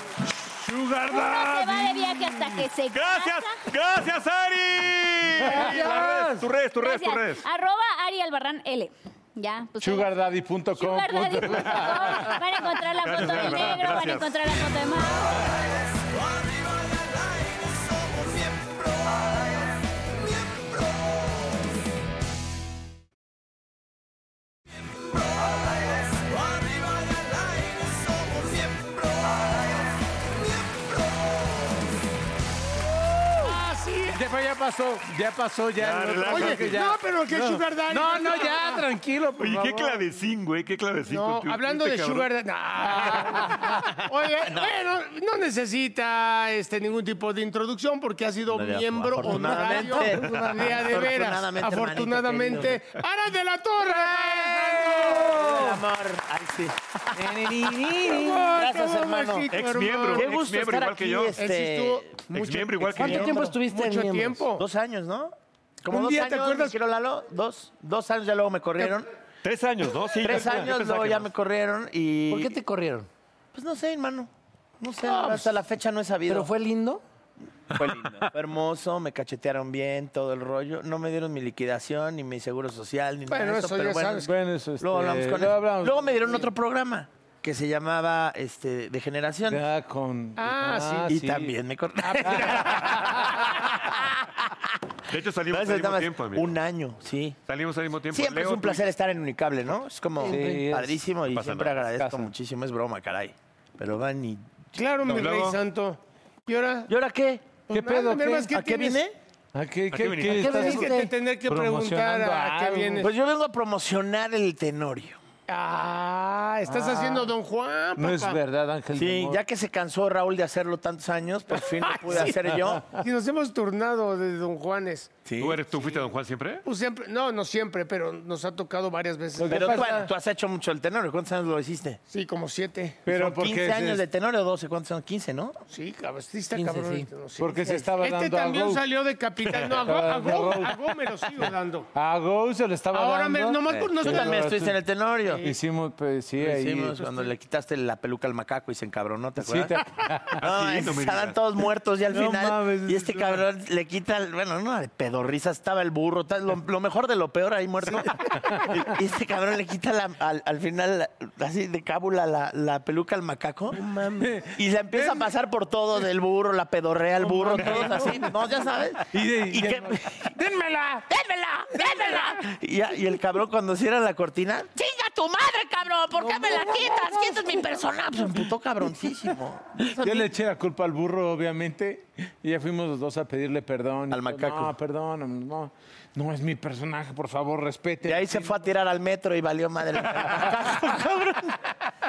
S4: ¡Sugar
S6: Uno se va de
S4: Daddy!
S6: viaje hasta que se
S4: ¡Gracias!
S6: casa.
S4: ¡Gracias, Ari! Las redes, Tus redes, tus redes, tus redes.
S6: Gracias. Ah, Arroba Ari Albarrán L. Ya, pues.
S5: Sugardaddy.com.
S6: Sugardaddy.com. Van a encontrar la foto
S4: Gracias,
S6: del
S4: Albarrán,
S6: negro, van a
S4: gracias.
S6: encontrar la foto de Mau.
S1: Arriba en el aire somos miembros, miembros. Arriba en el aire somos miembros,
S5: Ya, pero ya pasó, ya pasó, ya.
S4: Ya, relaja.
S5: creo
S3: Oye,
S5: que ya-
S3: no, pero que Sugar Daddy-
S5: No, no, ya, tranquilo, por
S4: Oye, qué
S5: favor.
S4: clavecín, güey, qué clavecín.
S3: No,
S4: contigo,
S3: hablando de
S4: este cabrón.
S3: Sugar Daddy. no. Oye, bueno, no necesita este, ningún tipo de introducción porque ha sido
S8: No, de-
S3: miembro
S8: afortunadamente.
S3: honorario día de veras.
S8: Afortunadamente,
S3: Afortunadamente. ¡Ara de la
S8: El
S3: Torre!
S8: amor. Ay, sí.
S3: ¿Cómo
S8: Gracias,
S3: va,
S8: hermano.
S3: chico,
S4: Ex miembro.
S8: Qué
S3: hermano?
S4: Ex-miembro
S8: gusto estar
S4: igual que
S8: aquí.
S4: yo.
S8: este,
S3: Estuvo mucho-
S4: Ex-miembro igual que
S8: ¿Cuánto
S4: yo.
S8: tiempo estuviste
S3: Mucho
S8: en Miembros?
S3: tiempo.
S8: Dos años, ¿no? Como
S3: Un
S8: dos
S3: día, ¿te
S8: años, mi
S3: acuerdas?
S8: querido Lalo, dos, dos años, ya luego me corrieron.
S4: Tres años, ¿no? Sí,
S8: Tres
S4: yo- yo
S8: años,
S4: pensaba
S8: luego
S4: que
S8: ya
S4: más.
S8: me corrieron y...
S2: ¿Por qué te corrieron?
S8: Pues no sé, hermano. No sé, hasta la fecha no he sabido.
S2: ¿Pero fue lindo?
S8: Fue lindo. Fue hermoso, me cachetearon bien, todo el rollo. No me dieron mi liquidación, ni mi seguro social, ni
S3: Bueno,
S8: nada de eso,
S3: eso
S8: pero
S3: ya
S8: bueno,
S3: sabes.
S5: Bueno, eso este,
S8: Luego hablamos con
S5: luego
S8: eso.
S5: hablamos.
S8: Luego me dieron otro programa que se llamaba este, De Generación.
S5: Ya con...
S3: Ah,
S8: y también me cortaron.
S5: Ah, pues,
S4: De hecho, salimos
S8: No,
S4: al
S8: eso está
S4: mismo
S8: más-
S4: tiempo, amigo.
S8: un año, sí.
S4: Salimos al mismo tiempo.
S8: Siempre
S4: Leo,
S8: es un
S4: tú-
S8: placer estar en Unicable, ¿no? Es como
S5: Sí, es-
S8: padrísimo y
S4: pasa
S8: siempre
S4: nada,
S8: agradezco
S5: casa.
S8: muchísimo. Es broma, caray. Pero van y...
S3: Claro, mi rey
S4: luego.
S3: santo. ¿Y ahora?
S8: ¿Y ahora qué?
S5: ¿Qué pedo?
S3: Pues Nada más
S5: ¿Qué?
S3: que-
S8: ¿A qué
S3: tienes?
S8: vine?
S5: ¿A qué,
S4: qué viniste? ¿A qué
S5: estás-
S3: Tienes que te tener que preguntar a
S5: Promocionando
S3: qué
S5: algo.
S3: vienes.
S8: Pues yo vengo a promocionar el Tenorio.
S3: Ah, estás haciendo Don Juan,
S5: No es
S3: papá.
S5: verdad, Ángel.
S8: Sí,
S5: Demor.
S8: ya que se cansó Raúl de hacerlo tantos años, por fin
S5: Ah,
S8: lo pude hacer yo.
S3: Si nos hemos turnado de Don Juanes.
S4: ¿Tú, eres, ¿Tú fuiste a Don Juan siempre?
S3: Pues siempre, no, no siempre, pero nos ha tocado varias veces.
S8: Pero tú, bueno, tú has hecho mucho el Tenorio. ¿Cuántos años lo hiciste?
S3: Sí, como siete.
S5: Pero
S8: Son
S5: porque,
S8: 15
S5: se-
S8: años de Tenorio, 12, ¿cuántos años? 15, ¿no?
S3: Sí, cabrón, sí está
S2: 15,
S3: cabrón.
S2: sí.
S3: No, sí.
S5: porque se estaba
S3: Este
S5: dando
S3: también
S5: a Go.
S3: salió de capital. No, a Go, a Go- a Go me lo sigo dando.
S5: A Go se lo estaba
S3: Ahora
S5: dando.
S3: me, nomás por no
S8: Tú
S3: estoy-
S8: también estuviste en el Tenorio.
S5: Hicimos, pues sí,
S8: Lo
S5: ahí.
S8: hicimos cuando le quitaste la peluca al macaco y se encabronó, ¿te
S5: Sí,
S8: acuerdas?
S5: te-
S8: No,
S4: sí, no me
S8: estaban
S4: digas.
S8: todos muertos ya al
S5: No
S8: final.
S5: mames,
S8: y este
S5: no.
S8: cabrón le quita, el- bueno, no, de pedorrisa, estaba el burro, tal, lo, lo mejor de lo peor ahí muerto. Y este cabrón le quita la- al, al final, así de cábula, la, la peluca al macaco. Y la empieza a pasar por todo, del burro, la pedorrea al burro, todos así. No, ya sabes.
S5: Y de- y
S8: que-
S5: el-
S8: ¡Dénmela! ¡Dénmela! ¡Dénmela! Y, ya- y el cabrón cuando cierra la cortina, ¡Chinga tu madre, cabrón! ¿Por qué me la quitas? ¡Quitas mi persona! Pues emputó cabroncísimo.
S5: Yo le eché la culpa al burro, obviamente, y ya fuimos los dos a pedirle perdón.
S8: Al
S5: Y dijo,
S8: macaco.
S5: No, perdón, no, no es mi personaje, por favor, respete.
S8: De ahí se fue a tirar al metro y valió madre. Cabrón.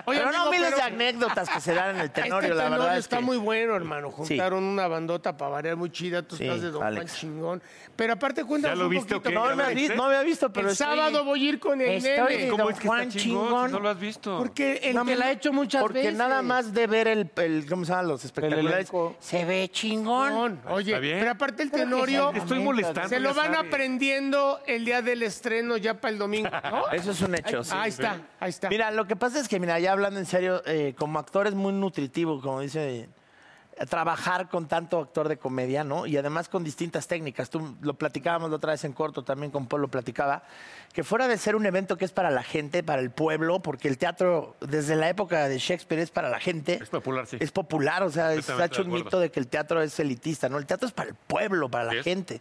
S3: Oye,
S8: pero
S3: amigo,
S8: no miles
S3: pero-
S8: de anécdotas que se dan en el
S3: Este
S8: tenorio, la verdad. es
S3: está
S8: que-
S3: muy bueno, hermano. Juntaron una bandota para variar muy chida. Tú
S8: Sí,
S3: estás de Don Juan
S8: Alex.
S3: chingón. Pero aparte, cuéntanos
S4: ¿Ya lo
S3: un
S4: viste o
S3: poquito.
S4: qué?
S8: No,
S4: ¿Ya
S8: no me,
S4: lo
S8: ha vi-
S4: viste?
S8: no me ha visto,
S3: El
S8: pero estoy-
S3: sábado voy a ir con el
S8: Estoy
S3: nene.
S8: de Don Juan Ah, chingón.
S4: si no lo has visto.
S3: Porque en
S8: No,
S3: tele-
S2: Te la he hecho muchas
S8: Porque
S2: veces.
S8: nada más de ver el, el- ¿cómo se llaman los espectaculares?
S5: elenco.
S8: Se ve chingón.
S3: Oye,
S4: Está bien.
S3: pero aparte el tenorio.
S4: Estoy molestando.
S3: Se lo
S4: ya
S3: van
S4: sabes.
S3: aprendiendo el día del estreno ya para el domingo, ¿no?
S8: Eso es un hecho, sí.
S3: ahí está, ahí está.
S8: Mira, lo que pasa es que, mira, ya hablando en serio, eh, como actor es muy nutritivo, como dice trabajar con tanto actor de comedia, ¿no? Y además con distintas técnicas. Tú lo platicábamos la otra vez en corto, también con Paul lo platicaba, que fuera de ser un evento que es para la gente, para el pueblo, porque el teatro desde la época de Shakespeare es para la gente.
S4: Es popular, sí.
S8: Es popular, o sea, es- se ha
S4: Completamente
S8: hecho un
S4: de acuerdo.
S8: mito de que el teatro es elitista, ¿no? El teatro es para el pueblo, para la
S4: Así es.
S8: gente.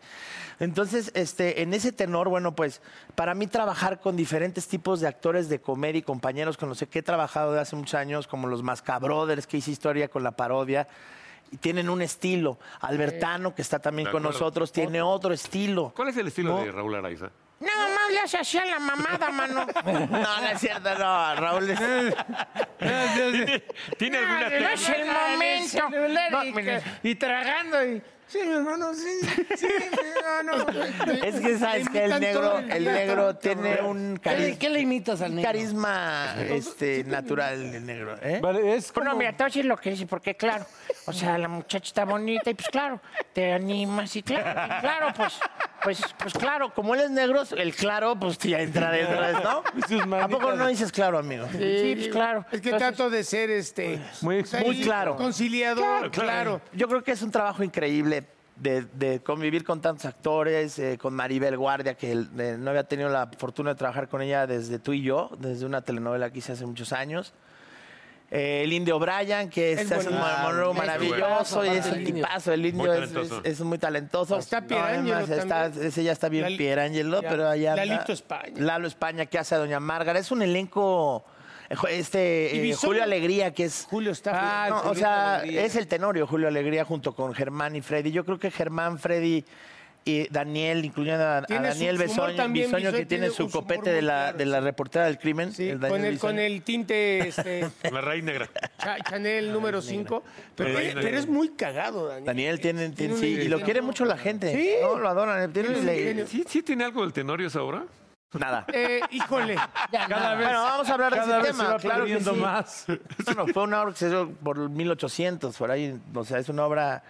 S8: Entonces, este, en ese tenor, bueno, pues para mí trabajar con diferentes tipos de actores de comedia y compañeros con los que he trabajado de hace muchos años, como los Mascabrothers, que hice historia con la parodia, y tienen un estilo. Albertano, que está también
S4: De
S8: con
S4: acuerdo.
S8: nosotros, tiene otro estilo.
S4: ¿Cuál es el estilo de Raúl Araiza?
S3: Nada más le hace así a la mamada, mano.
S8: No, no es cierto, no, Raúl. es-
S4: ¿Tiene alguna
S3: No es
S4: técnica?
S3: el momento. No, mira, y tragando y... Sí, mi hermano, sí, sí, mi hermano.
S8: Es que sabes
S3: Le
S8: que el
S3: imitan
S8: negro,
S3: todo el
S8: el
S3: día,
S8: negro
S3: todo,
S8: tiene
S3: cabrón.
S8: un
S2: ¿Qué le,
S8: carisma.
S2: qué le imitas al
S8: un
S2: negro?
S8: carisma este, natural el negro, ¿eh?
S5: Vale, es
S3: Bueno,
S5: como-
S3: Pues mira, te voy a decir lo que dice, porque claro, o sea, la muchacha está bonita y pues claro, te animas y claro, y claro, pues, pues, pues claro, como
S8: Como él es negro, el claro, pues ya entra dentro, ¿no?
S5: Y sus
S8: ¿A poco
S5: manitas.
S8: no dices claro, amigo?
S3: sí, pues claro.
S9: Es que
S3: Entonces,
S9: trato de ser este
S5: Muy-
S9: ahí,
S8: muy claro.
S9: conciliador, claro.
S8: Yo creo que es un trabajo increíble de, de convivir con tantos actores, eh, con Maribel Guardia, que el- de- no había tenido la fortuna de trabajar con ella desde tú y yo, desde una telenovela que hice hace muchos años. Eh, el Indio Bryan, que es, hace un
S2: buenísimo.
S8: monólogo
S2: Es
S8: maravilloso
S2: tipazo,
S8: y es
S2: aparte
S8: un
S2: el Indio.
S8: tipazo. El Indio
S4: Muy
S8: es, es-
S4: talentoso.
S8: es muy talentoso.
S9: Está Pierangelo
S8: está-
S9: también.
S8: ese ya está bien
S9: Lali-
S8: Pierangelo,
S9: ya.
S8: pero allá anda-
S9: Lalito España.
S8: Lalo España, que hace a Doña Márgara. Es un elenco... eh, jo- Este,
S9: Y
S8: eh,
S9: Bisoño.
S8: Julio Alegría, que es...
S9: Julio está
S8: Ah, no, o sea, es el tenorio Julio Alegría junto con Germán y Freddy. Yo creo que Germán, Freddy y Daniel, incluyendo a, a
S9: Tiene su-
S8: Daniel
S9: su humor
S8: Bisoño,
S9: también,
S8: Bisoño, que
S9: Bisoño
S8: tiene
S9: tiene
S8: su
S9: un humor
S8: copete
S9: muy
S8: de la,
S9: claro,
S8: de la reportera del crimen.
S9: Sí,
S8: el Daniel
S9: con, el, con
S8: Bisoño.
S9: el tinte este,
S4: La raíz negra.
S9: cha- Chanel número 5. Pero,
S4: Ay,
S9: es-
S4: negra.
S9: pero es muy cagado, Daniel.
S8: Ah, Daniel tiene, tiene-
S9: un
S8: sí, y lo
S9: ingenio.
S8: quiere mucho la gente.
S9: Sí.
S8: No, lo adoran. Tiene,
S9: Tiene un
S8: le-
S9: ingenio.
S4: ¿Sí, sí tiene algo del Tenorio esa obra?
S8: nada.
S9: Eh, híjole.
S5: Cada vez,
S8: Bueno, vamos a hablar de
S5: cada
S8: ese
S5: vez
S8: tema,
S5: se va
S8: claro que
S5: perdiendo
S8: sí.
S5: más.
S8: Bueno, fue una obra que se hizo por 1800, por ahí. O sea, es una obra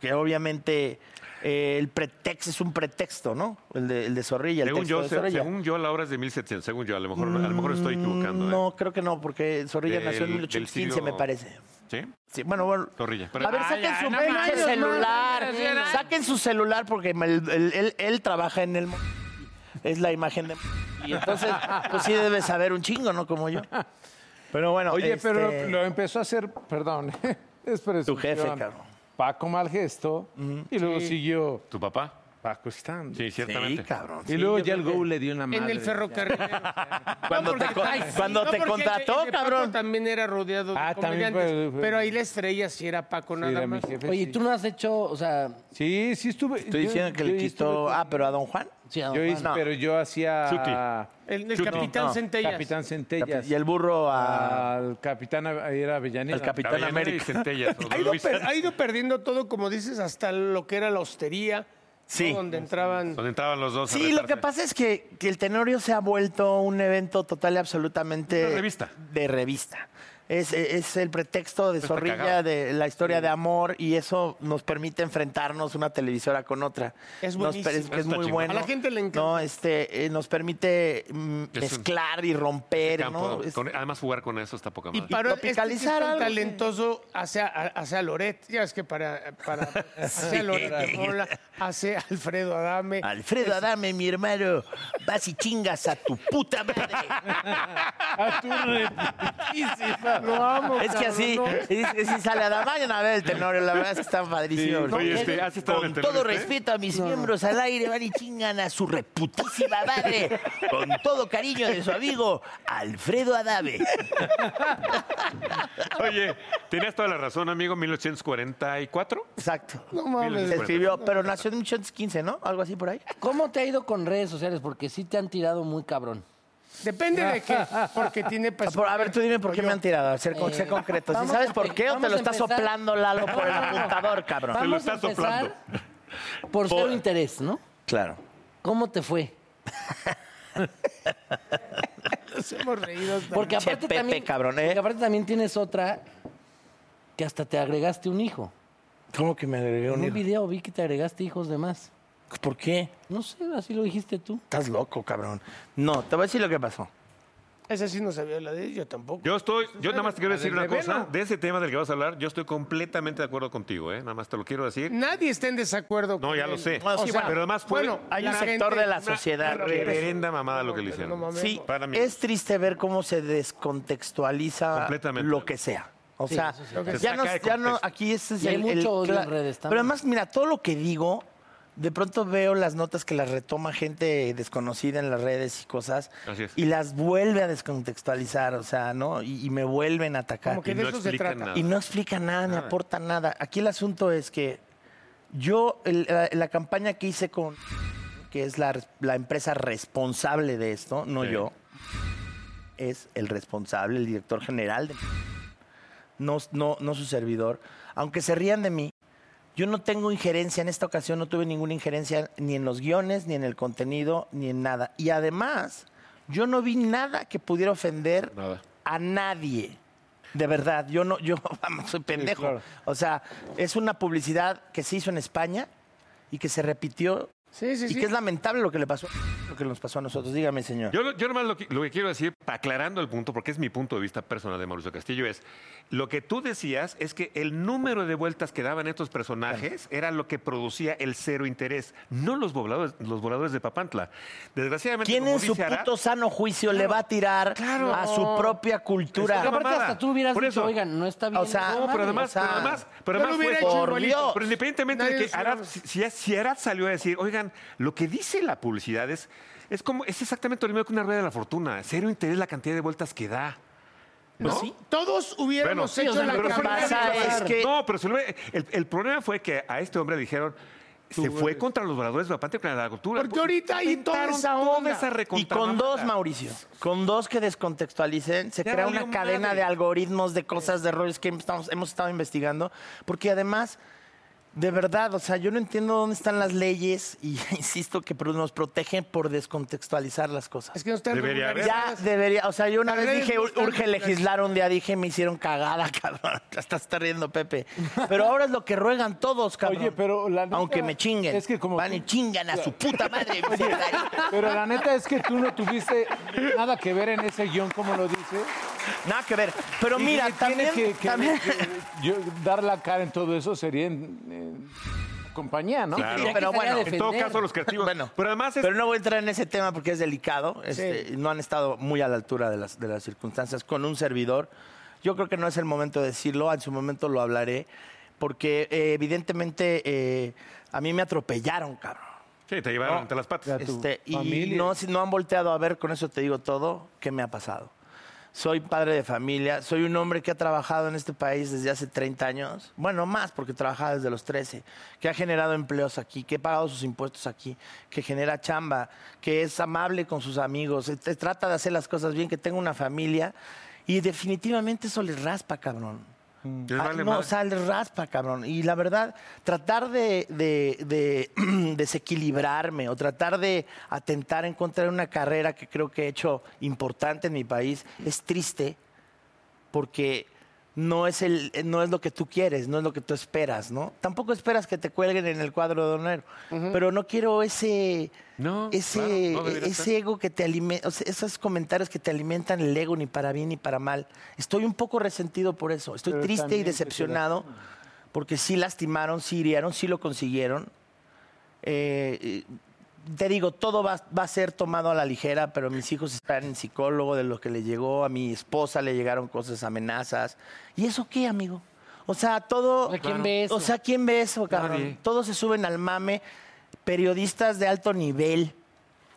S8: que obviamente eh, el pretexto es un pretexto, ¿no? El de, el de Zorrilla, el
S4: Según
S8: texto
S4: yo,
S8: de
S4: se-
S8: Zorrilla.
S4: según yo, la obra es de 1700. Según yo, a lo mejor, a lo mejor estoy equivocando. ¿eh?
S8: Mm, No, creo que no, porque Zorrilla nació en
S4: Del- del
S8: 1815,
S4: siglo-
S8: me parece.
S4: ¿Sí?
S8: Sí, bueno, bueno.
S4: Zorrilla. Pero-
S8: A ver,
S4: Ah,
S8: saquen
S4: ya,
S8: su
S4: no
S8: pinche
S4: manches,
S8: celular. Saquen su celular porque me- el- el- él, él trabaja en el... mo- Es la imagen de... Y entonces, pues sí debes saber un chingo, ¿no? Como yo. Pero bueno,
S5: Oye,
S8: este,
S5: pero lo empezó a hacer, perdón, es presunción.
S8: jefe, cabrón.
S5: Paco Malgesto y luego siguió
S4: ¿Tu papá?
S5: Paco Stanley.
S4: Sí,
S8: Sí,
S4: ciertamente.
S8: cabrón.
S5: Y luego ya el Go le dio una madre.
S3: en el ferrocarril.
S8: Cuando te con- cuando te contrató, cabrón.
S3: también era rodeado de
S5: Ah, también
S3: comediantes,
S5: fue- fue-
S3: pero ahí la estrella sí era Paco
S5: Sí,
S3: nada
S5: era mi
S3: más.
S5: jefe,
S2: Oye,
S5: sí.
S2: tú no has hecho, o sea,
S5: Sí, sí estuve.
S8: Estoy diciendo que le quitó... Ah, pero a Don Juan.
S2: sí, a-
S5: Yo hice,
S8: No.
S5: pero yo hacía...
S3: El, el
S4: Chucky.
S3: capitán
S8: No,
S3: Centellas.
S5: Capitán Centellas.
S8: Y el burro a...
S5: Al capitán, ahí era Avellaneda.
S8: Al capitán
S4: Avellaneda y
S8: América.
S4: Centellas, o
S3: Ha
S4: Don
S3: ido,
S4: Luis,
S3: per- ha ido perdiendo todo, como dices, hasta lo que era la hostería,
S8: Sí.
S3: ¿no? donde entraban.
S4: Donde entraban los dos. a
S8: Sí, lo
S4: retarse.
S8: que pasa es que, que el Tenorio se ha vuelto un evento total y absolutamente...
S4: Una revista. Pues
S8: De revista. Es, es el pretexto de
S4: Está
S8: Zorrilla,
S4: cagado.
S8: de la historia de amor, y eso nos permite enfrentarnos una televisora con otra.
S3: Es
S8: Nos
S3: buenísimo.
S8: per- es, que es
S4: Está
S8: muy
S4: chingón.
S8: bueno.
S3: A la gente le encanta.
S8: No, este, eh, nos permite mm,
S4: un-
S8: mezclar y romper,
S4: Campo,
S8: ¿no? Es-
S4: con- además, jugar con eso está poca
S3: Y
S4: madre.
S3: paró este que es
S8: tropicalizar
S3: tan
S8: algo.
S3: talentoso hacia, hacia Loret. Ya ves que para, para hacia Loret Mola, hace Alfredo
S4: e-
S3: Adame.
S8: Alfredo Adame, mi hermano, vas y chingas a tu puta madre.
S5: A tu reputísima.
S3: Lo amo.
S8: Es que
S3: cabrón,
S8: así,
S3: ¿no?
S8: es que si sale a la vayan a ver el Tenorio, la verdad es que está padrísimo.
S4: Sí, oye, este, ¿has estado en
S8: Con
S4: el Tenorio
S8: todo
S4: usted?
S8: respeto a mis miembros al aire, van y chingan a su reputísima madre. Con todo cariño de su amigo, Alfredo Adame.
S4: Oye, tenías toda la razón, amigo. 1844.
S8: Exacto.
S4: mames.
S8: Se escribió, pero nació en 1815, ¿no? Algo así por ahí.
S2: ¿cómo te ha ido con redes sociales? Porque sí te han tirado muy cabrón.
S3: Depende de qué, porque tiene
S8: Ah, por- A ver, tú dime por qué me han tirado. A ser, con- sé concreto. ¿Sí
S2: Pues, eh, vamos
S8: sabes
S2: a
S8: por qué o te
S2: empe-
S8: lo está
S2: vamos a empezar.
S8: soplando Lalo por el apuntador, cabrón?
S2: Vamos
S4: está
S2: a empezar por cero interés, ¿no?
S8: Claro.
S2: ¿Cómo te fue?
S3: Nos hemos reído. hasta-
S2: Porque
S8: Che,
S2: aparte
S8: Pepe,
S2: también,
S8: cabrón, ¿eh?
S2: porque aparte también tienes otra que hasta te agregaste un hijo.
S8: ¿Cómo que me agregué
S2: En
S8: un
S2: un
S8: hijo?
S2: video vi que te agregaste hijos de más.
S8: ¿Por qué?
S2: No sé, así lo dijiste tú.
S8: Estás loco, cabrón. No, te voy a decir lo que pasó.
S3: Esa sí no sabía la de yo tampoco.
S4: Yo estoy, yo nada más te quiero
S3: La
S4: decir
S3: del
S4: una cosa,
S3: revelo.
S4: de ese tema del que vas a hablar, yo estoy completamente de acuerdo contigo, ¿eh? Nada más te lo quiero decir.
S3: Nadie está en desacuerdo.
S4: No,
S3: con
S4: ya lo
S3: él.
S4: sé.
S3: O sea,
S4: pero además fue
S3: bueno,
S8: hay un
S3: la
S8: sector
S3: gente-
S8: de la
S3: una-
S8: sociedad
S3: una
S8: que-
S4: reverenda mamada lo que le
S3: No
S4: hicieron.
S3: mames.
S8: Sí,
S4: Para mí.
S8: es triste ver cómo se descontextualiza
S4: Completamente.
S8: lo que sea. O sea,
S4: Se
S8: ya,
S4: saca
S8: no,
S4: de
S8: ya no,
S4: contexto.
S8: aquí ese es
S2: Y hay
S8: el,
S2: mucho
S8: el
S2: odio
S8: cla-
S2: en redes también.
S8: Pero además, mira, todo lo que digo, de pronto veo las notas que las retoma gente desconocida en las redes y cosas,
S4: Así es.
S8: y las vuelve a descontextualizar, o sea, ¿no? Y, y me vuelven a atacar.
S3: Como que
S4: Y
S3: de
S4: no
S3: eso se
S4: explican
S3: trata.
S4: nada.
S8: Y no explica nada, ni aporta nada. Aquí el asunto es que yo, el- la, la campaña que hice con, que es la, la empresa responsable de esto, no
S4: Sí.
S8: yo, es el responsable, el director general de... No, no, no su servidor. Aunque se rían de mí, yo no tengo injerencia en esta ocasión, no tuve ninguna injerencia ni en los guiones, ni en el contenido, ni en nada. Y además, yo no vi nada que pudiera ofender
S4: Nada.
S8: a nadie. De verdad, yo no, yo vamos, soy pendejo.
S5: claro.
S8: O sea, es una publicidad que se hizo en España y que se repitió
S3: Sí, sí, sí.
S8: y que es lamentable lo que le pasó, lo que nos pasó a nosotros. Dígame, señor.
S4: Yo, lo- yo nomás lo que, lo que quiero decir, aclarando el punto, porque es mi punto de vista personal de Mauricio Castillo, es lo que tú decías es que el número de vueltas que daban estos personajes era lo que producía el cero interés, no los voladores, los voladores de Papantla. Desgraciadamente,
S8: ¿Quién
S4: como
S8: en su
S4: dice Ara-
S8: puto sano juicio le va a tirar a su propia cultura?
S4: Una
S2: Porque aparte
S4: mamada.
S2: hasta tú hubieras
S4: Por
S2: dicho,
S4: eso.
S2: oigan, no está bien.
S8: O
S3: Ah,
S8: sea,
S4: No, pero además,
S8: o sea,
S4: pero además, pero
S3: yo lo
S4: además
S3: hubiera
S4: fue-
S3: hecho
S8: Por
S3: igualito.
S8: Dios.
S4: Pero independientemente
S3: Nadie
S4: de
S3: nos
S4: que Arad,
S3: hubiéramos-
S4: si, si- si Arad salió a decir, oigan, lo que dice la publicidad es, es como, es exactamente lo mismo que una rueda de la fortuna. Cero interés la cantidad de vueltas que da. ¿No?
S3: Pues Sí, Todos hubiéramos
S4: Bueno,
S3: hecho
S4: sí, o sea,
S3: la
S4: pero fue-
S3: campaña.
S8: pasa
S3: de-
S8: es que-
S4: No, pero se lo- el, el problema fue que a este hombre le dijeron. Se fue contra los voladores de la patria, contra la cultura.
S3: Porque ahorita hay toda
S4: Intentaron
S3: esa
S4: toda
S3: onda.
S4: esa
S8: Y con dos,
S4: recontramanda.
S8: Mauricio, con dos que descontextualicen, se
S4: Ya
S8: crea
S4: valió
S8: una cadena
S4: madre.
S8: de algoritmos, de cosas, de errores que estamos- hemos estado investigando, porque además, de verdad, o sea, yo no entiendo dónde están las leyes y insisto que pro- nos protegen por descontextualizar las cosas.
S3: Es que no están
S4: Debería haber.
S8: Ya
S3: regularizadas.
S8: debería, o sea, yo una
S3: Las
S8: vez
S3: redes
S8: dije,
S3: no
S8: "Ur-
S3: están
S8: urge
S3: reguladas".
S8: legislar, un día dije, me hicieron cagada, cabrón. Ya estás está riendo, Pepe. Pero ahora es lo que ruegan todos, cabrón.
S5: Oye, pero la neta
S8: Aunque me chinguen.
S5: es que como
S8: Van
S5: tú-
S8: y chingan a su puta madre.
S5: Pero la neta es que tú no tuviste nada que ver en ese guión, como lo dices.
S8: Nada que ver. Pero
S5: Y
S8: mira,
S5: que tiene
S8: también.
S5: que, que-
S8: también-
S5: que- yo dar la cara en todo eso sería en, en compañía, ¿no?
S4: Claro.
S8: Sí, pero bueno.
S4: En todo caso, los creativos.
S8: Bueno,
S4: pero además es.
S8: pero no voy a entrar en ese tema porque es delicado. este, No han estado muy a la altura de las, de las circunstancias con un servidor. Yo creo que no es el momento de decirlo, en su momento lo hablaré, porque eh, evidentemente eh, a mí me atropellaron, cabrón.
S4: Sí, te llevaron entre las patas.
S5: A tu
S8: Este, y
S5: familia.
S8: no, si no han volteado a ver, con eso te digo todo, qué me ha pasado. Soy padre de familia, soy un hombre que ha trabajado en este país desde hace 30 años, bueno, más porque trabajaba desde los 13, que ha generado empleos aquí, que ha pagado sus impuestos aquí, que genera chamba, que es amable con sus amigos, este, trata de hacer las cosas bien, que tenga una familia y definitivamente eso les raspa, cabrón.
S4: Les
S8: Ah,
S4: vale
S8: no,
S4: madre.
S8: o sea, les raspa, cabrón. Y la verdad, tratar de, de- de desequilibrarme o tratar de atentar en contra de una carrera que creo que he hecho importante en mi país es triste porque no es, el, no es lo que tú quieres, no es lo que tú esperas, ¿no? Tampoco esperas que te cuelguen en el cuadro de honor, pero no quiero ese...
S4: No,
S8: ese,
S4: claro, no ¿eh? debería
S8: ese
S4: ser.
S8: ego que te alimenta, esos comentarios que te alimentan el ego ni para bien ni para mal. Estoy un poco resentido por eso. Estoy
S5: Pero
S8: triste y
S5: también que te
S8: decepcionado porque sí lastimaron, sí hirieron, sí lo consiguieron. Eh, eh, te digo, todo va, va a ser tomado a la ligera, pero mis hijos están en psicólogo de lo que le llegó, a mi esposa le llegaron cosas, amenazas. ¿Y eso qué, amigo? O sea, todo...
S2: ¿A quién ve eso?
S8: O sea, ¿quién ve eso, cabrón?
S4: Nadie.
S8: Todos se suben al mame. Periodistas de alto nivel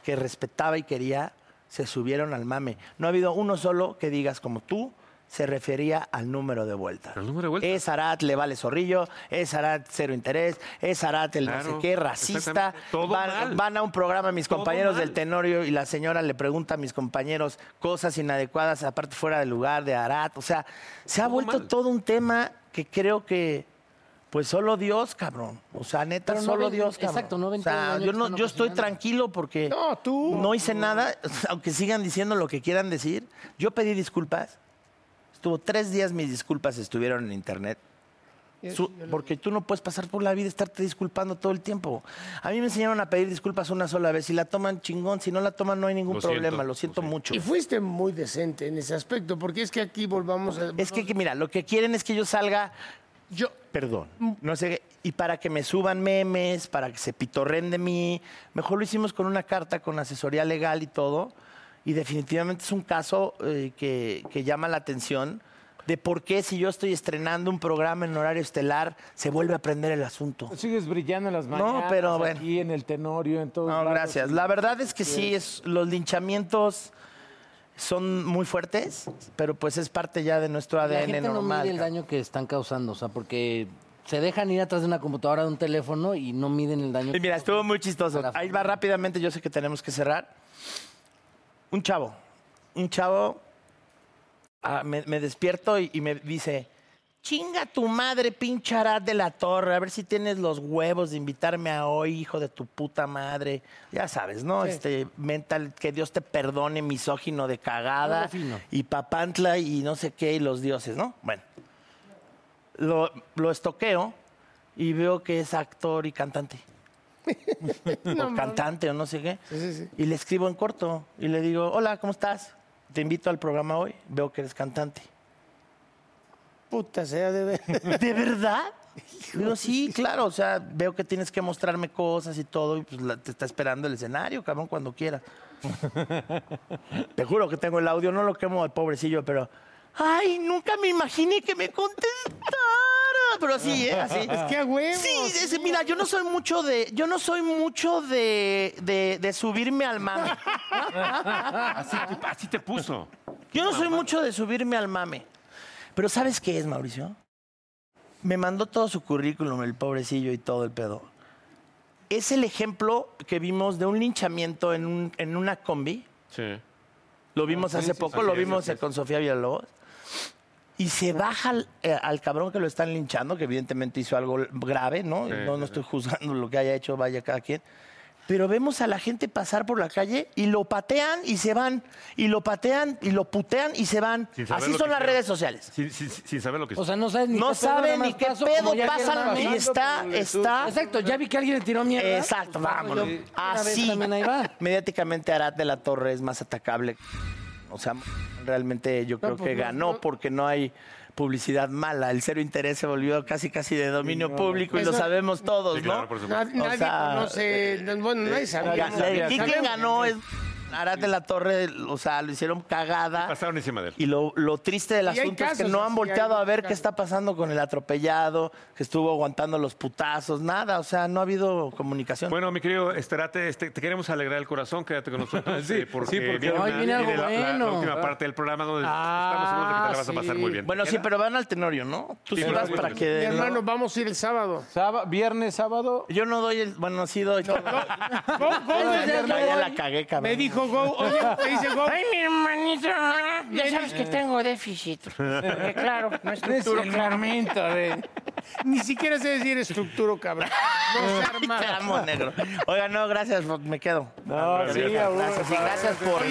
S8: que respetaba y quería se subieron al mame. No ha habido uno solo que digas como tú se refería al número de vueltas.
S4: Al número de vueltas.
S8: Es Arat, le vale zorrillo, es Arat cero interés, es Arat el no
S4: Claro,
S8: sé qué, racista.
S4: exactamente. Todo
S8: van,
S4: mal.
S8: van a un programa mis
S4: Todo
S8: compañeros
S4: mal.
S8: del Tenorio y la señora le pregunta a mis compañeros cosas inadecuadas, aparte fuera del lugar de Arat. O sea, se ha
S4: Todo
S8: vuelto
S4: mal.
S8: todo un tema que creo que pues solo Dios, cabrón. O sea, neta,
S2: Pero no
S8: solo
S2: ven-
S8: Dios, cabrón.
S2: exacto, no ven
S8: O sea,
S2: todo el daño
S8: yo
S2: que
S8: no,
S2: están
S8: yo estoy
S2: ocasionando.
S8: tranquilo porque
S3: No, tú.
S8: no hice nada, aunque sigan diciendo lo que quieran decir. Yo pedí disculpas. Estuvo tres días mis disculpas estuvieron en internet. Su- porque tú no puedes pasar por la vida y estarte disculpando todo el tiempo. A mí me enseñaron a pedir disculpas una sola vez. Si la toman, chingón. Si no la toman, no hay ningún
S4: Lo siento,
S8: problema. lo siento mucho.
S3: Y fuiste muy decente en ese aspecto, porque es que aquí volvamos a...
S8: Es que, que, mira, lo que quieren es que yo salga,
S3: Yo, Mm.
S8: perdón, no sé, qué, y para que me suban memes, para que se pitorren de mí. Mejor lo hicimos con una carta, con asesoría legal y todo. Y definitivamente es un caso eh, que, que llama la atención de por qué si yo estoy estrenando un programa en horario estelar, se vuelve a prender el asunto.
S5: Sigues brillando en las mañanas.
S8: mañanas, pero bueno.
S5: Aquí en el Tenorio, en todo.
S8: No, gracias. La verdad es que sí, es, los linchamientos son muy fuertes, pero pues es parte ya de nuestro ADN
S2: La gente no
S8: normal.
S2: mide el
S8: cabrón.
S2: daño que están causando, o sea, porque se dejan ir atrás de una computadora, de un teléfono y no miden el daño.
S8: Y mira, estuvo muy chistoso.
S2: Para-
S8: Ahí va rápidamente, yo sé que tenemos que cerrar. Un chavo, un chavo, ah, me, me despierto y, y me dice, chinga tu madre, pincharás de la torre, a ver si tienes los huevos de invitarme a hoy, hijo de tu puta madre. Ya sabes, ¿no? Este mental, que Dios te perdone, misógino de cagada, y papantla y no sé qué, y los dioses, ¿no? Bueno lo, lo estoqueo y veo que es actor y cantante. o cantante o no sé qué. Y le escribo en corto y le digo, hola, ¿cómo estás? Te invito al programa hoy, veo que eres cantante.
S9: Puta sea de ver.
S8: ¿De verdad? Digo, sí, claro, o sea, veo que tienes que mostrarme cosas y todo, y pues la- te está esperando el escenario, cabrón, cuando quieras. te juro que tengo el audio, no lo quemo al pobrecillo, pero. Ay, nunca me imaginé que me contestara. Pero así, ¿eh? Así.
S9: Es que a huevo.
S8: Sí, es- mira, yo no soy mucho de, yo no soy mucho de, de, de subirme al mame.
S4: Así te, así te puso.
S8: Yo no soy mucho de subirme al mame. Pero ¿sabes qué es, Mauricio? Me mandó todo su currículum, el pobrecillo y todo el pedo. Es el ejemplo que vimos de un linchamiento en, un- en una combi.
S4: Sí.
S8: Lo vimos hace poco,
S4: Ah, sí,
S8: lo
S4: sí,
S8: vimos
S4: sí, sí.
S8: con Sofía Villalobos. Y se baja al, eh, al cabrón que lo están linchando, que evidentemente hizo algo grave, ¿no?
S4: Sí,
S8: no, no estoy juzgando lo que haya hecho, vaya cada quien. Pero vemos a la gente pasar por la calle y lo patean y se van. Y lo patean y lo putean y se van.
S4: Sin saber
S8: Así
S4: lo
S8: son
S4: que
S8: las
S4: hicieron.
S8: redes sociales.
S4: Sin, sin- sin saber lo que
S2: O sea, no sabes ni
S8: No
S2: qué pedo, nada
S8: saben ni
S2: más
S8: qué
S2: paso,
S8: pedo
S2: como ya
S8: pasan
S2: vieron,
S8: y está, está.
S2: Exacto, ya vi que alguien le tiró mierda.
S8: Exacto,
S2: Pues,
S8: vámonos.
S2: yo una vez
S8: Así.
S2: También ahí va.
S8: Mediáticamente Arad de la Torre es más atacable. O sea, realmente yo creo que ganó porque no hay publicidad mala. El cero interés se volvió casi casi de dominio público y lo
S3: Eso-
S8: sabemos todos,
S4: Sí, claro,
S8: ¿no?
S4: por supuesto.
S3: Nad- nadie
S8: sea,
S3: conoce...
S4: eh,
S3: bueno, nadie sabe.
S8: Ga-
S5: sabía,
S8: y quien ganó es Arad de la Torre, o sea, lo hicieron cagada.
S4: Pasaron encima de él.
S8: Y lo, lo triste del
S3: hay
S8: asunto es que
S3: casos
S8: no
S3: así,
S8: han volteado
S3: hay
S8: a ver qué
S3: casos.
S8: está pasando con el atropellado, que estuvo aguantando los putazos, nada, o sea, no ha habido comunicación.
S4: Bueno, mi querido Esterate, este, te queremos alegrar el corazón, quédate con nosotros.
S5: Sí,
S4: eh, porque
S5: sí, porque
S4: viene,
S2: hoy
S4: una-
S2: viene algo
S4: la, la- la
S2: bueno.
S4: última parte del programa donde estamos
S3: Ah,
S4: seguros de que te la vas a pasar
S3: sí.
S4: muy bien.
S8: Bueno, sí, pero van al tenorio, ¿no? Tú sí,
S4: Sí,
S8: vas
S4: pero-
S8: para que...
S3: Mi
S8: no-
S3: hermano, vamos a ir el sábado.
S5: Sába- viernes, sábado.
S8: Yo no doy el... Bueno, sí doy. todo.
S3: Go, go,
S8: Ah,
S3: me-
S8: ya la cagué, cabrón.
S3: me dijo Go, oye, me dice Go.
S9: Ay, mi hermanito, ah, ya sabes que tengo déficit. Porque claro, no estructuro, claro.
S3: Ni siquiera sé decir estructuro, cabrón. No se
S8: Te
S3: arma.
S8: amo, negro. Oiga, no, gracias, pues, me quedo.
S5: No, sí,
S8: gracias,
S5: aún.
S8: gracias, y gracias por...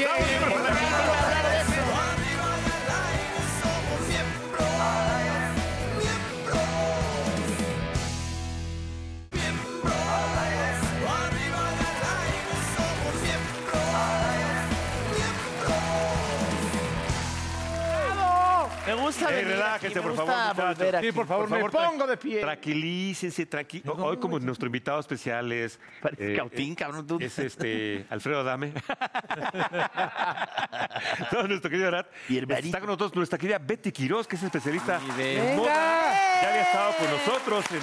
S8: Me gusta
S4: Ey,
S8: venir
S4: relájense,
S8: aquí, me
S4: por
S8: gusta
S4: favor, muchachos.
S8: volver
S5: Sí,
S8: aquí.
S5: por favor,
S4: Por favor,
S5: me
S4: tra-
S5: pongo de pie.
S4: Tranquilícense, tranqui- o- Hoy como nuestro invitado especial es...
S8: Parece Cautín,
S4: eh,
S8: cabrón, tú.
S4: Es este... Alfredo Adame. no, nuestro querido Arat.
S8: Y el Barito.
S4: Está con nosotros nuestra querida Betty Quiroz, que es especialista en
S2: ¡Venga!
S4: moda. Ya había estado con nosotros en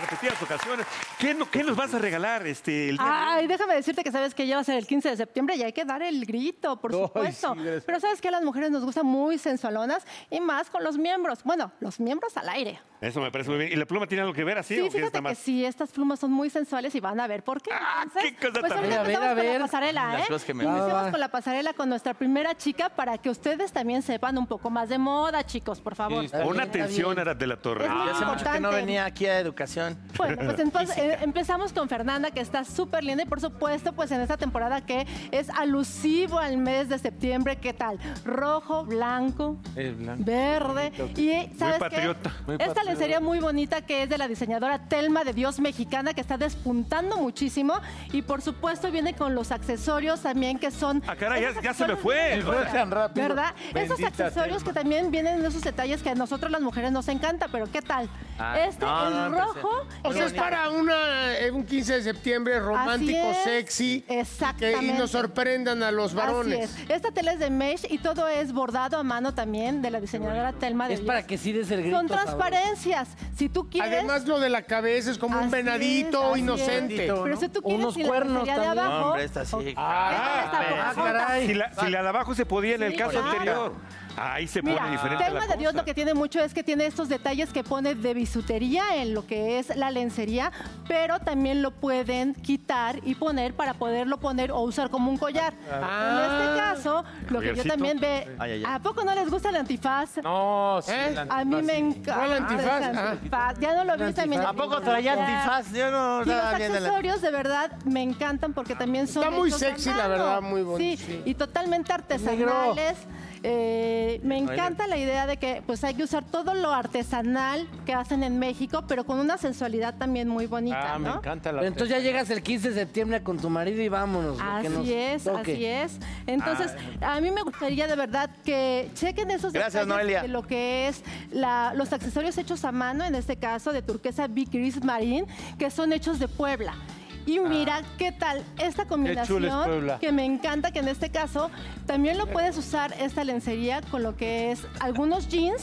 S4: repetidas ocasiones. ¿Qué, no- qué nos vas a regalar este, el día de hoy?
S10: Ay, déjame decirte que sabes que ya va a ser el 15 de septiembre y hay que dar el grito, por
S5: Ay,
S10: supuesto.
S5: sí, gracias.
S10: Pero sabes que a las mujeres nos gustan muy sensualonas y más con los miembros. Bueno, los miembros al aire.
S4: Eso me parece muy bien. ¿Y la pluma tiene algo que ver así?
S10: Sí,
S4: o qué es
S10: fíjate
S4: nada
S10: que
S4: más?
S10: sí, estas plumas son muy sensuales y van a ver por qué.
S4: Ah,
S10: Entonces,
S4: qué cosa
S10: pues
S4: tan
S10: ahorita
S2: A
S10: empezamos con
S2: ver, a ver.
S10: la pasarela,
S8: Las
S10: ¿eh?
S8: cosas que
S5: Ah,
S8: me-
S10: Empecemos
S2: Va, va.
S10: con la pasarela con nuestra primera chica para que ustedes también sepan un poco más de moda, chicos, por favor.
S5: Sí, está
S4: Pon
S5: bien.
S4: atención, Arat de la Torre.
S10: Es muy
S8: Hace mucho que no
S10: importante.
S8: venía aquí a educación. canción.
S10: Bueno, pues entonces eh, empezamos con Fernanda, que está súper linda y por supuesto, pues en esta temporada que es alusivo al mes de septiembre, ¿qué tal? Rojo, blanco,
S5: Es blanco.
S10: verde. Y eh, sabes qué?
S5: patriota. Muy
S10: Esta
S5: patriota.
S10: lencería muy bonita que es de la diseñadora Telma de Dios mexicana que está despuntando muchísimo y por supuesto viene con los accesorios también que son.
S4: Ah, caray, ya-
S10: esos
S4: ya se me
S10: accesorios-
S4: fue. Si fuera tan rápido.
S10: ¿Verdad? Esos
S4: Bendita
S10: accesorios
S4: Telma.
S10: que también vienen de esos detalles que a nosotros las mujeres nos encanta, pero ¿qué tal?
S3: Ah,
S10: este
S3: no,
S10: el
S3: no, no,
S10: rojo.
S3: O sea, es para una, eh, un 15 de septiembre romántico,
S10: Así es,
S3: sexy.
S10: Exactamente.
S3: Que, y nos sorprendan a los varones.
S10: Así es. Esta tela es de mesh y todo es bordado a mano también de la diseñadora Telma de
S3: Es
S10: Dios.
S3: para que sí des el grito
S10: Son
S3: sabroso.
S10: transparencias. Si tú quieres.
S3: Además, lo de la cabeza es como un
S10: Así es,
S3: venadito
S10: así es.
S3: inocente.
S10: Pero si tú quieres y la lencería de abajo,
S8: No, hombre, esta sí.
S4: Ah, caray. Si la, si la de abajo se podía en el
S10: Sí,
S4: caso
S10: claro.
S4: anterior. Ahí se pone
S10: Mira,
S4: diferente la
S10: Telma de
S4: cosa.
S10: Dios lo que tiene mucho es que tiene estos detalles que pone de bisutería en lo que es la lencería, pero también lo pueden quitar y poner para poderlo poner o usar como un collar.
S3: Ah,
S10: En este caso, lo que yo
S5: Collarcito.
S10: también ve,
S5: Ay, ay, ay.
S10: ¿a poco no les gusta el antifaz?
S5: No, sí, el
S10: ¿Eh? A mí
S5: antifaz,
S10: me
S5: sí.
S10: encanta.
S5: ¿Cuál antifaz?
S10: el
S5: Ah.
S10: antifaz. Ya no lo vi también.
S8: ¿A poco traía antifaz? Yo no
S10: Y los
S8: estaba viendo la-
S10: accesorios de verdad me encantan porque también son
S3: Está muy
S10: hechos a
S3: sexy, la
S10: mano.
S3: verdad, muy
S10: Sí,
S3: bonito, sí.
S10: y totalmente artesanales. Eh, me
S3: Negro.
S10: encanta la idea de que pues hay que usar todo lo artesanal que hacen en México, pero con una sensualidad también muy bonita, ¿no?
S5: encanta
S2: la Entonces ya llegas el 15 de septiembre con tu marido y vámonos. lo que nos
S10: Así es,
S2: toque.
S10: así es. Entonces, a mí me gustaría de verdad que chequen esos
S8: Gracias,
S10: detalles
S8: Noelia.
S10: de lo que es la- los accesorios hechos a mano, en este caso de turquesa Big Gris Marine, que son hechos de Puebla. Y mira qué tal esta combinación
S5: Puebla.
S10: que me encanta, que en este caso también lo puedes usar esta lencería con lo que es algunos jeans,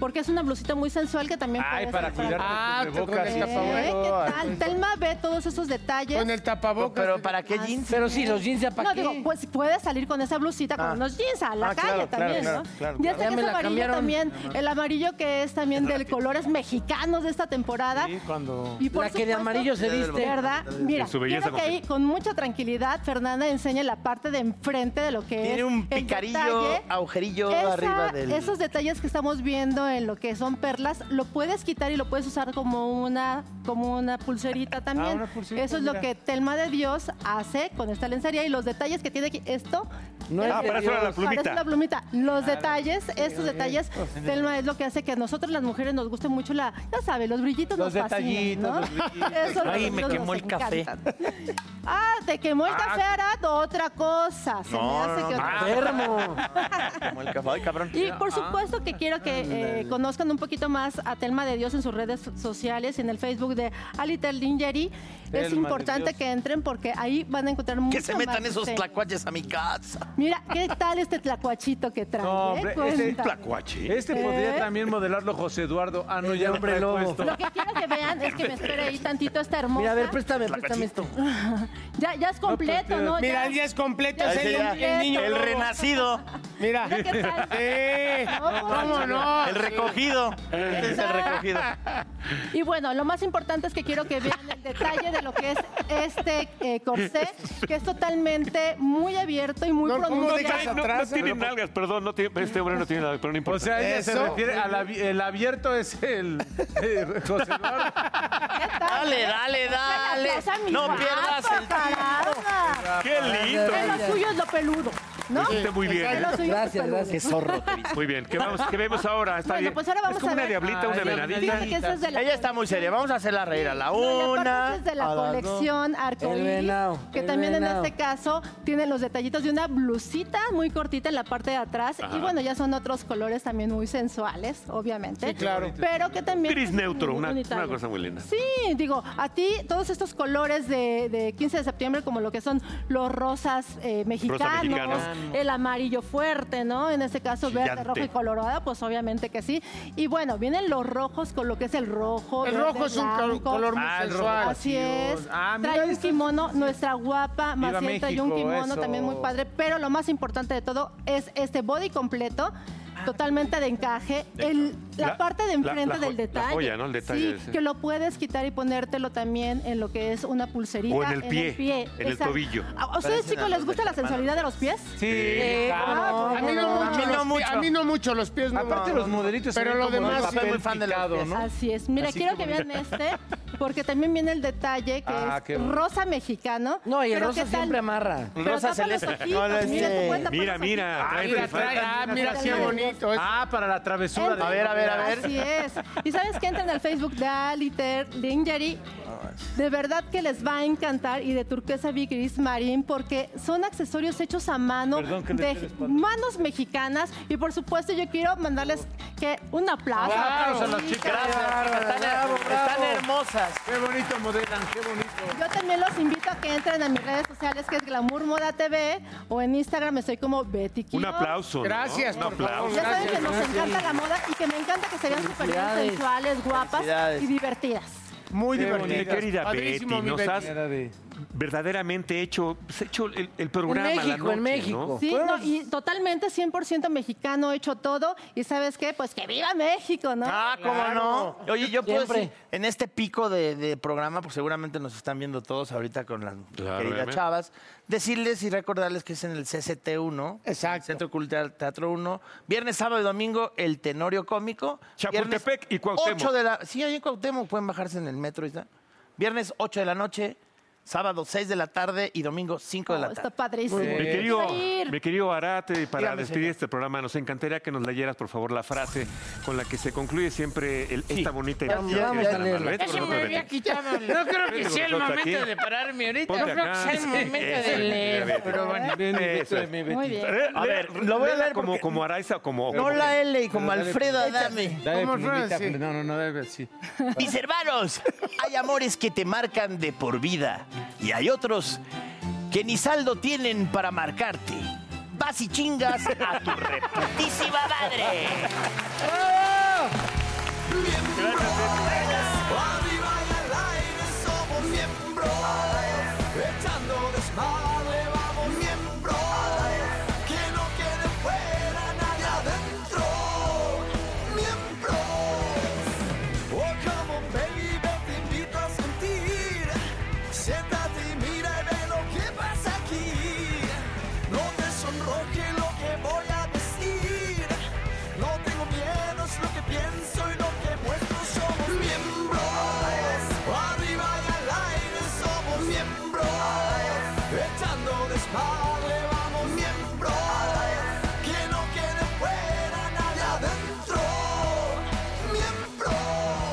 S10: porque es una blusita muy sensual que también
S5: Ay,
S10: puedes
S5: para
S10: usar.
S5: cuidar
S3: Ah,
S5: tu
S3: te
S5: cubrebocas.
S3: con el
S10: ¿Eh? ¿Qué
S5: Ay,
S10: tal? Telma ve todos esos detalles.
S3: Con el tapabocas.
S8: Pero ¿para qué
S10: Así
S8: jeans?
S2: Pero sí, los jeans ya para
S10: No,
S2: qué.
S10: digo, pues puedes salir con esa blusita, con
S8: Ah.
S10: unos jeans a la
S8: Ah,
S10: calle
S8: claro, claro,
S10: también,
S8: claro,
S10: ¿no?
S8: claro,
S10: Y
S8: claro.
S10: este
S2: Ya
S10: que
S2: me
S10: es
S2: la
S10: amarillo
S2: cambiaron.
S10: también, el amarillo que es también de colores mexicanos de esta temporada.
S5: Sí, cuando...
S10: Y por
S2: La que de
S10: supuesto,
S2: amarillo se diste.
S10: ¿Verdad? Mira,
S4: En su belleza
S10: quiero que ahí
S4: completa.
S10: con mucha tranquilidad Fernanda enseñe la parte de enfrente de lo que es
S8: Tiene un
S10: el
S8: picarillo,
S10: detalle.
S8: agujerillo
S10: Esa-
S8: arriba del.
S10: Ah, Esos detalles que estamos viendo en lo que son perlas, lo puedes quitar y lo puedes usar como una, como una pulserita también.
S5: una pulserita,
S10: Eso es lo
S5: mira.
S10: que Telma de Dios hace con esta lencería y los detalles que tiene aquí. Esto
S2: No es
S4: Ah,
S2: de
S4: para eso era la
S2: Dios.
S4: plumita.
S10: parece una plumita. Los
S5: Ah,
S10: detalles, estos detalles,
S5: oh,
S10: Telma es lo que hace que a nosotros las mujeres nos guste mucho la, ya sabes, los brillitos
S5: Los
S10: nos fascinan,
S5: detallitos, los
S10: ¿no?
S5: brillitos.
S10: Eso los
S8: Ay, me
S10: brillitos
S8: quemó
S10: nos
S8: el café.
S10: encantan. Ah, te quemó el café, Arad, otra cosa. Se me hace que
S5: ah,
S10: otra cosa.
S2: Enfermo.
S8: Como el café. Ay, cabrón.
S10: Y por supuesto que quiero que eh, conozcan un poquito más a Telma de Dios en sus redes so- sociales, en el Facebook de Alitel Lingerie. Es
S5: Telma de
S10: importante
S5: Dios.
S10: que entren porque ahí van a encontrar mucho
S8: Que se metan
S10: más
S8: esos
S10: diseño.
S8: tlacuaches a mi casa.
S10: Mira, ¿qué tal este tlacuachito que trae?
S5: No,
S10: eh?
S5: hombre, ese
S10: Cuéntame.
S4: Tlacuache.
S5: Este
S10: ¿Eh?
S5: podría también modelarlo José Eduardo. Ah, no, ya lo
S2: hombre
S5: trae
S2: lobo.
S5: puesto.
S10: Lo que quiero que vean es que me espere ahí tantito esta hermosa.
S2: Mira, a ver, préstame, préstame esto.
S10: ya, ya es completo, ¿no?
S3: Mira,
S10: Ya.
S3: él ya es completo,
S10: Ya
S3: es
S10: sé,
S3: el,
S10: ya.
S3: el niño.
S8: El
S3: lobo.
S8: renacido,
S3: Mira.
S10: Mira qué tal.
S3: Sí.
S10: No,
S3: ¿Cómo no?
S8: el recogido. Este es el recogido.
S10: Y bueno, lo más importante es que quiero que vean el detalle de lo que es este eh, corsé, que es totalmente muy abierto y muy
S3: No, ¿cómo
S10: pronunciado.
S3: dejas
S4: Ay, no, no
S3: atrás,
S4: tiene
S3: pero-
S4: nalgas, perdón, no tiene, este hombre no tiene nalgas, pero no importa.
S5: O sea, ella se
S3: Eso.
S5: refiere al abi- el abierto es el eh, José Eduardo.
S10: ¿Qué tal?
S8: Dale, dale, dale.
S10: O sea, mi
S8: No
S10: guapo,
S8: pierdas el tiempo.
S10: caramba.
S4: qué lindo.
S10: Que lo suyo es lo peludo, ¿no?
S4: Está muy bien.
S10: Que lo suyo es lo
S2: Gracias,
S10: peludo.
S2: gracias.
S8: zorro. te vi.
S4: Muy bien, ¿qué, vamos, qué vemos ahora? Está
S10: Bueno,
S4: bien.
S10: pues ahora vamos
S4: es como
S10: a
S4: una
S10: ver.
S4: diablita, una
S5: Ay,
S4: venadita.
S10: Fíjate que esa es de la
S8: Ella está muy seria. Vamos a hacerla reír a la
S10: No, y aparte
S8: una.
S10: esa es de
S8: a
S10: la
S8: las
S10: colección
S2: El
S10: Arcoíris,
S2: venao,
S10: que
S2: el
S10: también
S2: venao.
S10: en este caso tiene los detallitos de una blusita muy cortita en la parte de atrás y bueno, ya son otros colores también muy sensuales, obviamente.
S3: Sí, claro.
S10: Pero ¿eh? que también
S4: Gris neutro, una-
S10: unitario.
S4: una cosa muy linda.
S10: Sí, digo, a ti todos estos colores de, de 15 de septiembre como lo que son los rosas eh, mexicanos,
S4: mexicano.
S10: el amarillo fuerte, ¿no? En este caso verde,
S4: Chillante.
S10: rojo y colorado, pues obviamente que sí. Y bueno, vienen los rojos con lo que es el rojo,
S3: El
S10: verde,
S3: rojo es un col-
S10: blanco.
S3: color muy
S5: Ah, el rojo.
S3: sensual.
S10: Así es.
S5: Ah, mira,
S10: Trae un
S5: esto es-
S10: kimono, nuestra guapa
S5: Viva
S10: Macienta y un
S5: México,
S10: kimono
S5: eso.
S10: también muy padre. Pero lo más importante de todo es este body completo, totalmente de encaje. El- la,
S4: La-
S10: parte de
S4: la- la
S10: enfrente
S4: jo-
S10: del
S4: la
S10: detalle.
S4: joya, ¿no? El detalle
S10: Sí,
S4: ese.
S10: que lo puedes quitar y ponértelo también en lo que es una pulserita.
S4: O en el pie, en el
S10: Exacto.
S4: tobillo.
S10: ¿A ustedes, chicos, les gusta la sensualidad de los pies?
S5: Sí,
S10: Ah,
S3: A mí no
S10: bueno.
S3: mucho.
S8: A mí no
S3: los
S8: mucho.
S3: pies- A mí no mucho, los pies no.
S5: Aparte los modelitos se
S3: Pero
S5: ven
S3: lo
S5: como
S3: demás,
S5: en
S3: soy
S5: papel
S8: muy fan de los
S5: picado,
S8: pies.
S5: ¿no?
S10: Así es. Mira,
S5: Así
S10: quiero
S5: que
S10: que vean este, porque también viene el detalle que
S2: Ah,
S10: es
S2: qué bueno.
S10: rosa mexicano. No,
S2: y el rosa siempre amarra.
S10: Pero
S3: Pues
S10: rosa celeste.
S2: No,
S10: mira,
S2: no, este-
S10: tú cuenta por
S4: Mira,
S10: los
S4: mira,
S10: ojitos.
S4: trae
S3: Ah, mira, qué bonito.
S5: Ah, para la travesura.
S10: Entra- Así es. Y sabes que entran al Facebook de Aliter, de Injury. De verdad que les va a encantar y de turquesa Big Gris Marín porque son accesorios hechos a mano
S11: Perdón que le eché la
S10: de
S11: espalda.
S10: manos mexicanas y por supuesto yo quiero mandarles que un aplauso.
S8: Están, están hermosas.
S5: Qué bonito modelan, qué bonito.
S10: Yo también los invito a que entren a mis redes sociales que es Glamour Moda TV o en Instagram estoy como Betty
S4: Un
S10: Quiroz.
S4: aplauso. ¿no?
S3: Gracias,
S4: Un
S3: por favor,
S4: aplauso.
S10: Ya saben que nos encanta la moda y que me encanta que se vean superiores,
S3: Felicidades.
S10: sensuales, guapas
S4: Felicidades.
S10: y divertidas.
S3: Muy
S4: Qué
S3: divertido.
S4: bonito. Mi querida
S3: Padrísimo,
S4: Betty,
S3: mi
S4: nos
S3: Betty.
S4: has verdaderamente hecho, pues, hecho el, el programa.
S10: En
S4: la
S10: México, en
S4: noche,
S10: México.
S4: ¿no?
S10: Sí, no, y totalmente 100% mexicano, hecho todo. ¿Y sabes qué? Pues que viva México, ¿no?
S8: Ah, ¿cómo no? Oye, yo puedo
S10: Siempre.
S8: decir, en este pico de, de programa, pues seguramente nos están viendo todos ahorita con las queridas
S3: obviamente.
S8: chavas, decirles y recordarles que es en el CCT1, Exacto. Centro Cultural Teatro 1, viernes, sábado y domingo, el Tenorio Cómico.
S4: Chapultepec
S8: Viernes
S4: y Cuauhtémoc.
S8: 8 de la, sí, ahí en Cuauhtémoc pueden bajarse en el metro y tal. Viernes 8 de la noche, sábado 6 de la tarde y domingo 5 de la tarde.
S10: Está padrísimo.
S4: Mi querido, mi querido Arate, para
S8: Dígame,
S4: despedir
S8: señor.
S4: este programa, nos encantaría que nos leyeras, por favor, la frase con la que se concluye siempre el- esta bonita
S9: Ya,
S4: edición.
S9: vamos
S4: que
S9: a
S4: está en la
S9: leerla.
S4: mano. ¿eh? Vete
S9: Ya
S4: con
S9: se me
S4: nosotros,
S9: había
S4: Betty.
S9: quitado. No creo
S4: Vente
S9: que
S4: con
S9: sea el
S5: pues,
S4: nosotros
S9: momento
S4: aquí.
S9: de pararme ahorita.
S4: Ponte
S9: No creo
S4: acá.
S9: que sea el
S4: Sí,
S9: momento de
S4: eso,
S9: leer.
S4: Betty.
S9: Pero bueno.
S4: Eso es.
S9: Muy bien.
S4: Lea-
S9: A ver,
S4: lea-
S9: lo voy a
S4: Eh, léela
S9: leer
S4: como,
S9: porque-
S4: como Araiza o como...
S8: No
S4: como-
S8: la L y como
S5: Pero dale,
S8: Alfreda,
S5: dale,
S8: dame.
S5: Dale,
S8: ¿Cómo
S5: primita,
S8: Francis?
S5: no, no, no, debe sí.
S8: Mis hermanos, hay amores que te marcan de por vida y hay otros que ni saldo tienen para marcarte. Vas y chingas a tu reputísima madre.
S1: Arriba en el aire somos miembros, echando desmadre vamos miembros, que no quede fuera nadie adentro, miembros. Oh come on baby, te invito a sentir, siéntate y mira y ve lo que pasa aquí, no te sonroje lo que voy a decir. No tengo miedo, es lo que pienso y lo que muestro. Somos miembros. Arriba y al aire somos miembros. Echando desmadre vamos miembros. Que no quede fuera nadie adentro. Miembros.